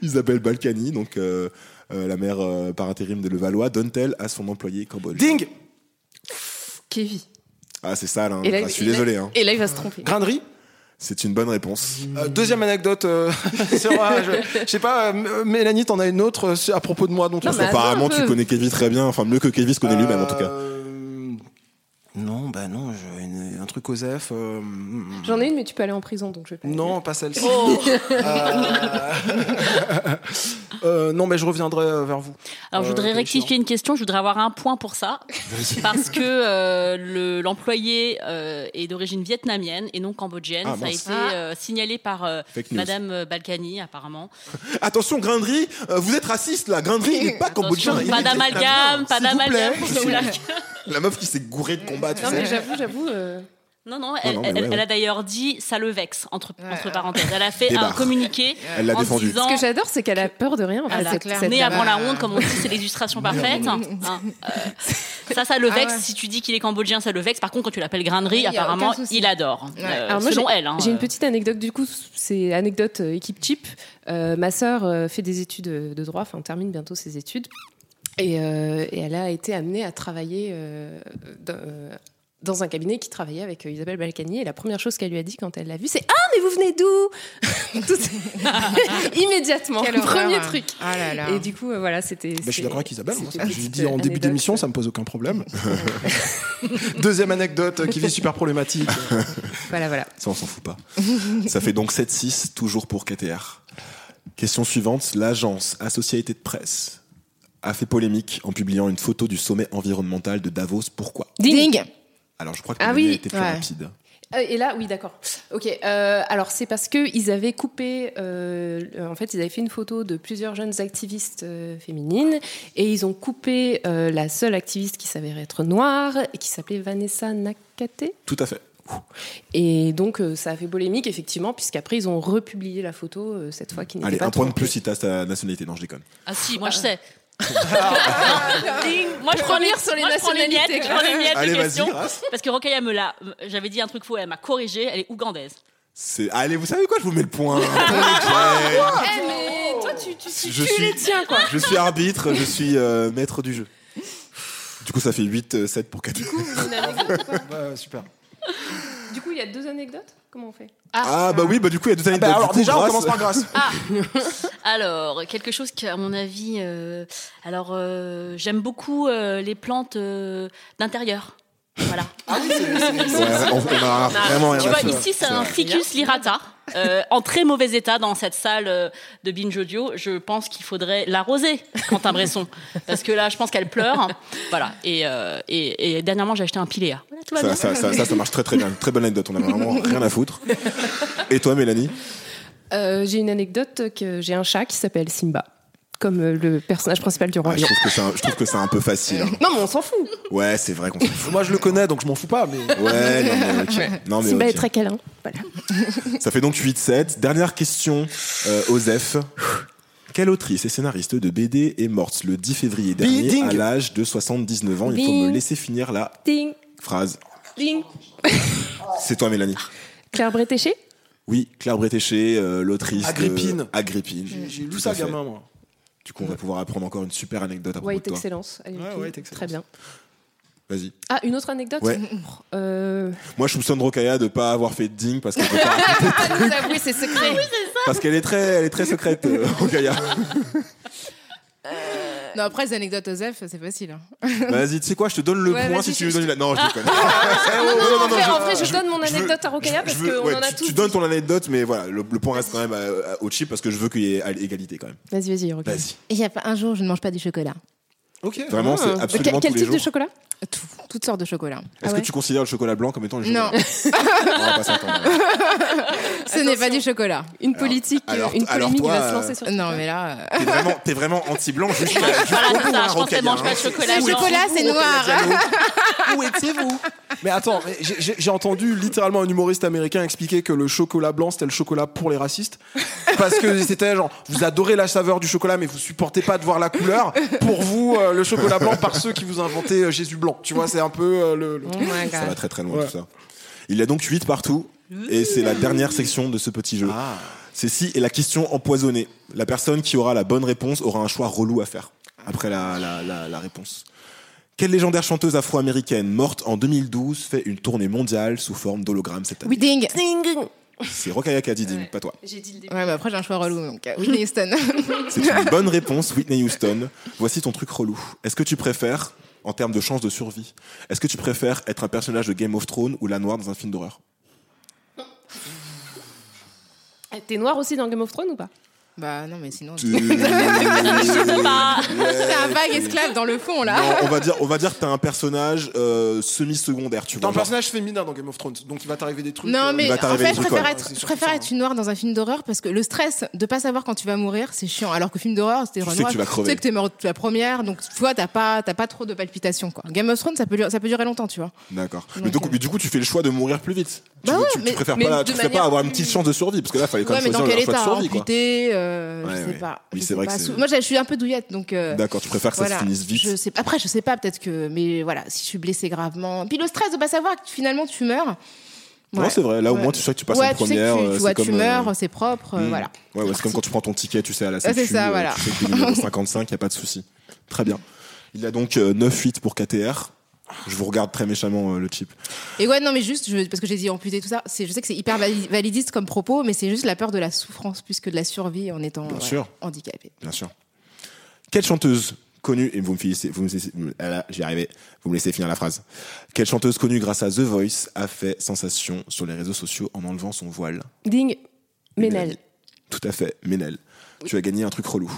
Speaker 3: Isabelle Balkany, donc euh, euh, la mère euh, par intérim de Levallois, donne-t-elle à son employé Cambodge
Speaker 7: Ding
Speaker 6: Kevin.
Speaker 3: Ah, c'est sale, hein.
Speaker 6: Et là,
Speaker 3: Ah, je suis
Speaker 6: il-
Speaker 3: désolé. hein.
Speaker 6: Et là, il va se tromper.
Speaker 7: Grainerie.
Speaker 3: C'est une bonne réponse.
Speaker 7: Euh, deuxième anecdote. euh, sur, euh, je, je sais pas, euh, M- Mélanie, t'en as une autre euh, à propos de moi. Donc,
Speaker 6: Non,
Speaker 3: Parce
Speaker 6: mais attends
Speaker 3: qu'apparemment,
Speaker 6: un peu.
Speaker 3: tu connais Kevin très bien, enfin mieux que Kevin se connaît lui-même en tout cas.
Speaker 7: Euh, bah truc OSEF. euh,
Speaker 6: J'en ai une, mais tu peux aller en prison, donc je vais pas. la
Speaker 7: Non,
Speaker 6: dire.
Speaker 7: pas celle-ci. Euh, euh, non, mais je reviendrai euh, vers vous.
Speaker 5: Alors, je
Speaker 7: Euh,
Speaker 5: voudrais
Speaker 7: quel
Speaker 5: rectifier une question. Je voudrais avoir un point pour ça. Parce que euh, le- l'employé euh, est d'origine vietnamienne et non cambodgienne.
Speaker 3: Ah,
Speaker 5: ça a
Speaker 3: mince.
Speaker 5: été euh, signalé par euh,
Speaker 3: Fake news.
Speaker 5: Madame euh, Balkany, apparemment.
Speaker 3: Attention, Grindry, euh, vous êtes raciste là. Grindry, il n'est pas
Speaker 5: Attention,
Speaker 3: cambodgien. il
Speaker 5: pas
Speaker 3: est
Speaker 5: d'amalgame,
Speaker 3: vietnamien.
Speaker 5: pas
Speaker 3: S'il vous
Speaker 5: d'amalgame.
Speaker 3: plaît. La meuf qui s'est gourée de combat, tu
Speaker 6: Non,
Speaker 3: sais.
Speaker 6: mais j'avoue, j'avoue. euh,
Speaker 5: Non, non, elle,
Speaker 3: non, mais
Speaker 5: elle-
Speaker 3: ouais, ouais.
Speaker 5: elle a d'ailleurs dit ça le vexe, entre,
Speaker 4: Ouais.
Speaker 5: entre parenthèses. Elle a fait un
Speaker 3: Débarre.
Speaker 5: communiqué
Speaker 3: Elle l'a
Speaker 5: en
Speaker 3: défendu.
Speaker 5: disant.
Speaker 6: Ce que j'adore, c'est qu'elle a peur de rien. en
Speaker 4: Ah,
Speaker 6: fait,
Speaker 4: là,
Speaker 6: cette-
Speaker 4: clairement.
Speaker 6: cette
Speaker 5: Née
Speaker 6: dame.
Speaker 5: avant la
Speaker 4: dame.
Speaker 5: honte, comme on dit, c'est l'illustration parfaite. Hein, euh, ça, ça le
Speaker 4: Ah
Speaker 5: vexe.
Speaker 4: ouais.
Speaker 5: Si tu dis qu'il est cambodgien, ça le vexe. Par contre, quand tu l'appelles
Speaker 4: Oui,
Speaker 5: grainerie,
Speaker 4: y a
Speaker 5: apparemment,
Speaker 4: aucun souci.
Speaker 5: il adore.
Speaker 4: Ouais.
Speaker 5: Euh,
Speaker 6: Alors moi,
Speaker 5: selon
Speaker 6: j'ai-
Speaker 5: elle. hein.
Speaker 6: J'ai une petite anecdote du coup, c'est anecdote euh, équipe chip. Euh, ma sœur euh, fait des études euh, de droit, enfin termine bientôt ses études, et, euh, et elle a été amenée à travailler euh, dans, euh, dans un cabinet qui travaillait avec euh, Isabelle Balkany. Et la première chose qu'elle lui a dit quand elle l'a vue, c'est Ah mais vous venez d'où Tout- Immédiatement,
Speaker 4: Quel
Speaker 6: premier truc.
Speaker 4: Ah là là.
Speaker 6: Et du coup, euh, voilà, c'était.
Speaker 7: Bah, je suis d'accord avec Isabelle. moi,
Speaker 6: c'était
Speaker 7: ça, Je lui
Speaker 6: petite
Speaker 7: dis en début
Speaker 6: anecdote.
Speaker 7: d'émission, ça me pose aucun problème. Deuxième anecdote euh, qui est super problématique.
Speaker 6: Voilà, voilà.
Speaker 3: Ça, on s'en fout pas. Ça fait donc 7-6, toujours pour KTR. Question suivante. L'agence Associated Press a fait polémique en publiant une photo du sommet environnemental de Davos. Pourquoi
Speaker 4: Ding.
Speaker 3: Alors, je crois que
Speaker 6: Ah
Speaker 3: le dernier
Speaker 6: oui,
Speaker 3: était plus
Speaker 4: ouais.
Speaker 3: rapide.
Speaker 6: Euh, Et là, oui, d'accord. Ok. euh, alors, c'est parce que ils avaient coupé. euh, en fait, ils avaient fait une photo de plusieurs jeunes activistes euh, féminines et ils ont coupé euh, la seule activiste qui s'avérait être noire et qui s'appelait Vanessa Nakate.
Speaker 3: Tout à fait.
Speaker 6: Et donc, euh, ça a fait polémique effectivement, puisqu'après ils ont republié la photo euh, cette fois qui n'était
Speaker 3: Allez,
Speaker 6: pas
Speaker 3: un point de
Speaker 6: trop-
Speaker 3: plus si t'as ta nationalité. Non, je déconne.
Speaker 5: Ah si, moi je sais. Ding. moi je prends les,
Speaker 6: Revenir sur les
Speaker 5: moi, je prends les
Speaker 6: nationalités,
Speaker 5: miettes, je
Speaker 6: quoi.
Speaker 5: prends les miettes
Speaker 3: Allez,
Speaker 5: des
Speaker 3: vas-y,
Speaker 5: questions.
Speaker 3: Grace.
Speaker 5: Parce que Rokhaya me l'a, euh, j'avais dit un truc faux, elle m'a corrigé, elle est ougandaise.
Speaker 3: C'est... Allez, vous savez quoi Je vous mets le point. Pour lequel
Speaker 6: Eh, mais toi, tu, tu, tu
Speaker 3: Je
Speaker 6: tues
Speaker 3: suis-
Speaker 6: les tiens, quoi.
Speaker 3: je suis arbitre, je suis euh, maître du jeu. Du coup, ça fait 8-7 pour KTR.
Speaker 6: Une anecdote, quoi.
Speaker 7: Ouais, super.
Speaker 6: Du coup, il y a deux anecdotes. Comment on fait
Speaker 3: Ah, bah oui, bah du coup, il y a deux anecdotes.
Speaker 7: Bah, alors
Speaker 3: Du coup,
Speaker 7: déjà,
Speaker 3: Grace-
Speaker 7: on commence par grâce.
Speaker 5: Alors, quelque chose qui, à mon avis, euh, alors euh, j'aime beaucoup euh, les plantes euh, d'intérieur. Voilà.
Speaker 7: Ah
Speaker 3: Ouais, on, on a vraiment
Speaker 5: tu
Speaker 3: rien à
Speaker 5: vois,
Speaker 3: faire.
Speaker 5: ici,
Speaker 3: Ah, C'est
Speaker 5: c'est un
Speaker 3: vrai.
Speaker 5: ficus lirata. euh, en très mauvais état dans cette salle euh, de binge audio, je pense qu'il faudrait l'arroser, Quentin Bresson, parce que là, je pense qu'elle pleure. Voilà. Et, euh, et, et dernièrement, j'ai acheté un Pilea. Voilà, tout va bien.
Speaker 3: Ça, ça, ça, ça, ça marche très très bien. Une Très bonne anecdote. On a vraiment rien à foutre. Et toi, Mélanie
Speaker 6: Euh, J'ai une anecdote que j'ai un chat qui s'appelle Simba, comme euh, le personnage principal du roi
Speaker 3: Ah, Je
Speaker 6: lion.
Speaker 3: trouve que c'est un, je trouve que c'est un peu facile. hein.
Speaker 6: Non, mais on s'en fout.
Speaker 3: Ouais, c'est vrai qu'on s'en fout.
Speaker 7: Moi, je le connais, donc je m'en fous pas, mais.
Speaker 3: Ouais, non mais ok. Non, mais
Speaker 6: Simba
Speaker 3: ok.
Speaker 6: est très câlin. Voilà.
Speaker 3: Ça fait donc 8-7. Dernière question, euh, Osef. Quelle autrice et scénariste de BD est morte le 10 février dernier
Speaker 7: Biding.
Speaker 3: à l'âge de 79 ans Il faut
Speaker 6: Bing.
Speaker 3: me laisser finir la
Speaker 6: Ding,
Speaker 3: phrase.
Speaker 6: ding.
Speaker 3: C'est toi, Mélanie.
Speaker 6: Claire Bretéché
Speaker 3: Oui, Claire Bretéché, euh, l'autrice. de-
Speaker 7: Agrippine.
Speaker 3: Agrippine.
Speaker 7: J'ai
Speaker 3: Tout
Speaker 7: lu
Speaker 3: à
Speaker 7: ça,
Speaker 3: fait.
Speaker 7: gamin, moi.
Speaker 3: Du coup, on va pouvoir apprendre encore une super anecdote à propos
Speaker 6: White
Speaker 3: de toi.
Speaker 6: Excellence. Allez,
Speaker 7: Ouais,
Speaker 6: puis,
Speaker 7: White Excellence.
Speaker 6: Très bien.
Speaker 3: Vas-y.
Speaker 6: Ah, une autre anecdote
Speaker 3: Ouais.
Speaker 6: Euh,
Speaker 3: Moi, je soupçonne Rokaya de pas avoir fait de ding parce qu'elle veut pas-
Speaker 6: Ah, nous avouer, c'est secret.
Speaker 3: parce qu'elle est très, elle est très secrète, euh, Rokaya.
Speaker 4: Non, après, les anecdotes Osef, c'est facile. hein.
Speaker 3: Bah, Vas-y, tu sais quoi, je te donne le
Speaker 6: Ouais,
Speaker 3: point
Speaker 6: vas-y,
Speaker 3: si tu
Speaker 6: je-
Speaker 3: veux donner la. Non, je déconne. Eh, oh,
Speaker 6: non, non, non, en vrai, en vrai, je,
Speaker 3: je-
Speaker 6: donne mon
Speaker 3: je veux-
Speaker 6: anecdote à Rokaya parce
Speaker 3: Je veux-
Speaker 6: qu'on
Speaker 3: ouais,
Speaker 6: en a
Speaker 3: tu,
Speaker 6: tous.
Speaker 3: tu donnes ton anecdote, mais voilà, le, le point reste quand même à- à- au chip parce que je veux qu'il y ait à- égalité quand même.
Speaker 6: Vas-y, vas-y, Rokaya.
Speaker 3: Vas-y.
Speaker 4: Il y a pas un jour, je ne mange pas du chocolat.
Speaker 7: Ok.
Speaker 3: Vraiment, c'est
Speaker 6: Ah.
Speaker 3: absolument
Speaker 6: Quel, quel
Speaker 3: tous les
Speaker 6: type
Speaker 3: jours.
Speaker 6: de chocolat
Speaker 4: Tout, toutes sortes de chocolat.
Speaker 3: Est-ce
Speaker 6: Ah ouais.
Speaker 3: que tu considères le chocolat blanc comme étant le
Speaker 4: Non,
Speaker 3: chocolat Non. On va pas s'entendre.
Speaker 4: ce n'est pas du chocolat.
Speaker 6: Une politique, euh,
Speaker 3: alors-
Speaker 6: une
Speaker 3: alors
Speaker 6: polémique
Speaker 3: toi,
Speaker 6: va se lancer sur ça.
Speaker 4: Non, mais là. euh,
Speaker 3: T'es vraiment, t'es vraiment anti-blanc jusqu'à jusqu'au
Speaker 5: Voilà, c'est
Speaker 3: bout, hein,
Speaker 5: ça. Je pense
Speaker 3: Rokaya,
Speaker 5: qu'elle mange
Speaker 3: hein.
Speaker 5: pas de chocolat.
Speaker 4: Le
Speaker 5: blanc.
Speaker 4: chocolat, Ah, c'est noir.
Speaker 7: Où étiez-vous Mais attends, mais j'ai- j'ai j'ai entendu littéralement un humoriste américain expliquer que le chocolat blanc c'était le chocolat pour les racistes. Parce que c'était genre, vous adorez la saveur du chocolat, mais vous supportez pas de voir la couleur. Pour vous, euh, le chocolat blanc, par ceux qui vous inventaient euh, Jésus blanc. Tu vois, c'est un peu euh, le. le truc.
Speaker 3: Ça va très très loin
Speaker 7: Ouais.
Speaker 3: tout ça. Il y a donc 8 partout. Et c'est la dernière section de ce petit jeu. Ceci est la question empoisonnée. La personne qui aura la bonne réponse aura un choix relou à faire après la, la- la- la réponse. Quelle légendaire chanteuse afro-américaine morte en 2012 fait une tournée mondiale sous forme d'hologramme cette année
Speaker 4: Oui, ding.
Speaker 3: C'est Rokaya Kadidin, pas toi.
Speaker 4: Ouais, mais après, j'ai un choix relou, donc euh, Whitney Houston.
Speaker 3: C'est une bonne réponse, Whitney Houston. Voici ton truc relou. Est-ce que tu préfères en termes de chances de survie Est-ce que tu préfères être un personnage de Game of Thrones ou la noire dans un film d'horreur
Speaker 6: Ah, T'es noir aussi dans Game of Thrones ou pas
Speaker 4: Bah non, mais sinon.
Speaker 3: Tu-
Speaker 4: C'est un vague esclave dans le fond, là.
Speaker 3: Non, on va dire, on va dire que t'as un personnage euh, semi-secondaire, tu
Speaker 7: T'es
Speaker 3: vois.
Speaker 7: un
Speaker 3: genre.
Speaker 7: personnage féminin dans Game of Thrones, donc il va t'arriver des trucs.
Speaker 4: Non,
Speaker 7: euh,
Speaker 4: mais
Speaker 3: va
Speaker 4: en
Speaker 3: t'arriver
Speaker 4: fait,
Speaker 3: des
Speaker 4: je
Speaker 3: trucs,
Speaker 4: préfère,
Speaker 3: ouais.
Speaker 4: être,
Speaker 7: C'est
Speaker 4: je
Speaker 7: sûr,
Speaker 4: préfère
Speaker 7: c'est
Speaker 4: être une noire dans un film d'horreur parce que le stress de pas savoir quand tu vas mourir, c'est chiant. Alors que film d'horreur, c'était
Speaker 3: Tu sais
Speaker 4: vraiment-
Speaker 3: que tu vas crever.
Speaker 4: Tu sais que t'es morte la première, donc tu vois, t'as pas, t'as pas trop de palpitations, quoi. Game of Thrones, ça peut, durer- ça peut durer longtemps, tu vois.
Speaker 3: D'accord. Mais,
Speaker 4: Donc,
Speaker 3: donc,
Speaker 4: euh,
Speaker 3: mais du coup, tu fais le choix de mourir plus vite.
Speaker 4: Bah
Speaker 3: tu,
Speaker 4: ouais,
Speaker 3: tu- tu
Speaker 4: mais-
Speaker 3: préfères
Speaker 6: mais
Speaker 3: pas, la-
Speaker 6: de
Speaker 3: tu préfères
Speaker 6: manière
Speaker 3: pas avoir une
Speaker 6: plus-
Speaker 3: petite chance de survie, parce que là, il fallait quand
Speaker 4: Ouais,
Speaker 3: même
Speaker 4: mais dans
Speaker 3: choisir
Speaker 4: quel
Speaker 3: un choix de
Speaker 4: état hein,
Speaker 3: survie, quoi.
Speaker 4: Amputé, euh,
Speaker 3: Ouais,
Speaker 4: je sais
Speaker 3: ouais.
Speaker 4: pas.
Speaker 3: Oui,
Speaker 4: Je
Speaker 3: c'est
Speaker 4: sais
Speaker 3: vrai
Speaker 4: pas.
Speaker 3: que c'est-
Speaker 4: Moi, je suis un peu douillette, donc. euh,
Speaker 3: D'accord, tu préfères que ça
Speaker 4: voilà.
Speaker 3: se finisse vite.
Speaker 4: Je sais- Après, je sais pas, peut-être que. Mais voilà, si je suis blessée gravement. Puis le stress de pas savoir que finalement tu meurs.
Speaker 3: Non,
Speaker 4: Ouais.
Speaker 3: c'est vrai. Là, au
Speaker 4: Ouais.
Speaker 3: moins, tu sais que tu passes
Speaker 4: ouais,
Speaker 3: en
Speaker 4: tu sais que
Speaker 3: première.
Speaker 4: tu-
Speaker 3: euh,
Speaker 4: tu,
Speaker 3: c'est
Speaker 4: vois,
Speaker 3: comme,
Speaker 4: tu
Speaker 3: euh,
Speaker 4: meurs, c'est propre, euh,
Speaker 3: hmm.
Speaker 4: voilà.
Speaker 3: Ouais, ouais, c'est comme quand tu prends ton ticket, tu sais, à la
Speaker 4: c'est
Speaker 3: sécu,
Speaker 4: ça,
Speaker 3: euh,
Speaker 4: voilà.
Speaker 3: tu sais que t'es numéro 55, il n'y a pas de souci. Très bien. Il a donc euh, 9-8 pour KTR. Je vous regarde très méchamment euh, le chip.
Speaker 4: Et ouais, non, mais juste, je- parce que j'ai dit amputé, tout ça, c'est, je sais que c'est hyper vali- validiste comme propos, mais c'est juste la peur de la souffrance plus que de la survie en étant voilà,
Speaker 3: sûr.
Speaker 4: handicapé.
Speaker 3: Bien sûr. Quelle chanteuse connue, et vous me finissez, vous me laissez, ah là, j'y arrivais, vous me laissez finir la phrase. Quelle chanteuse connue grâce à The Voice a fait sensation sur les réseaux sociaux en enlevant son voile
Speaker 6: Ding, Ménel.
Speaker 3: Tout à fait, Ménel. Tu as gagné un truc relou.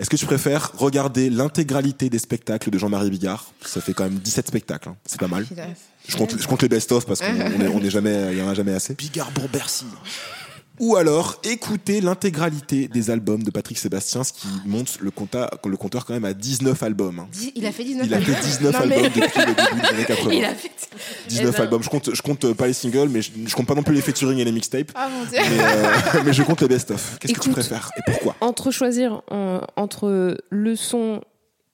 Speaker 3: Est-ce que tu préfères regarder l'intégralité des spectacles de Jean-Marie Bigard Ça fait quand même 17 spectacles, hein. c'est pas mal.
Speaker 4: Putain.
Speaker 3: Je compte, je compte les best-of parce qu'on on est, on est jamais, il y en a jamais assez.
Speaker 7: Bigard pour Bercy.
Speaker 3: Ou alors écouter l'intégralité des albums de Patrick Sébastien, ce qui monte le, compta- le compteur quand même à 19 albums. hein.
Speaker 4: Dix- Il a fait 19
Speaker 3: Il a fait
Speaker 4: albums.
Speaker 3: 19
Speaker 4: Non, mais-
Speaker 3: albums depuis le début des années 80.
Speaker 4: Il a fait. Eh ben.
Speaker 3: 19 albums. Je compte, je compte euh, pas les singles, mais je, je compte pas non plus les featuring et les mixtapes.
Speaker 4: Ah mon dieu.
Speaker 3: Mais, euh, mais je compte les best-of. Qu'est-ce que tu
Speaker 6: Écoute.
Speaker 3: préfères et pourquoi
Speaker 6: Entre choisir euh, entre le son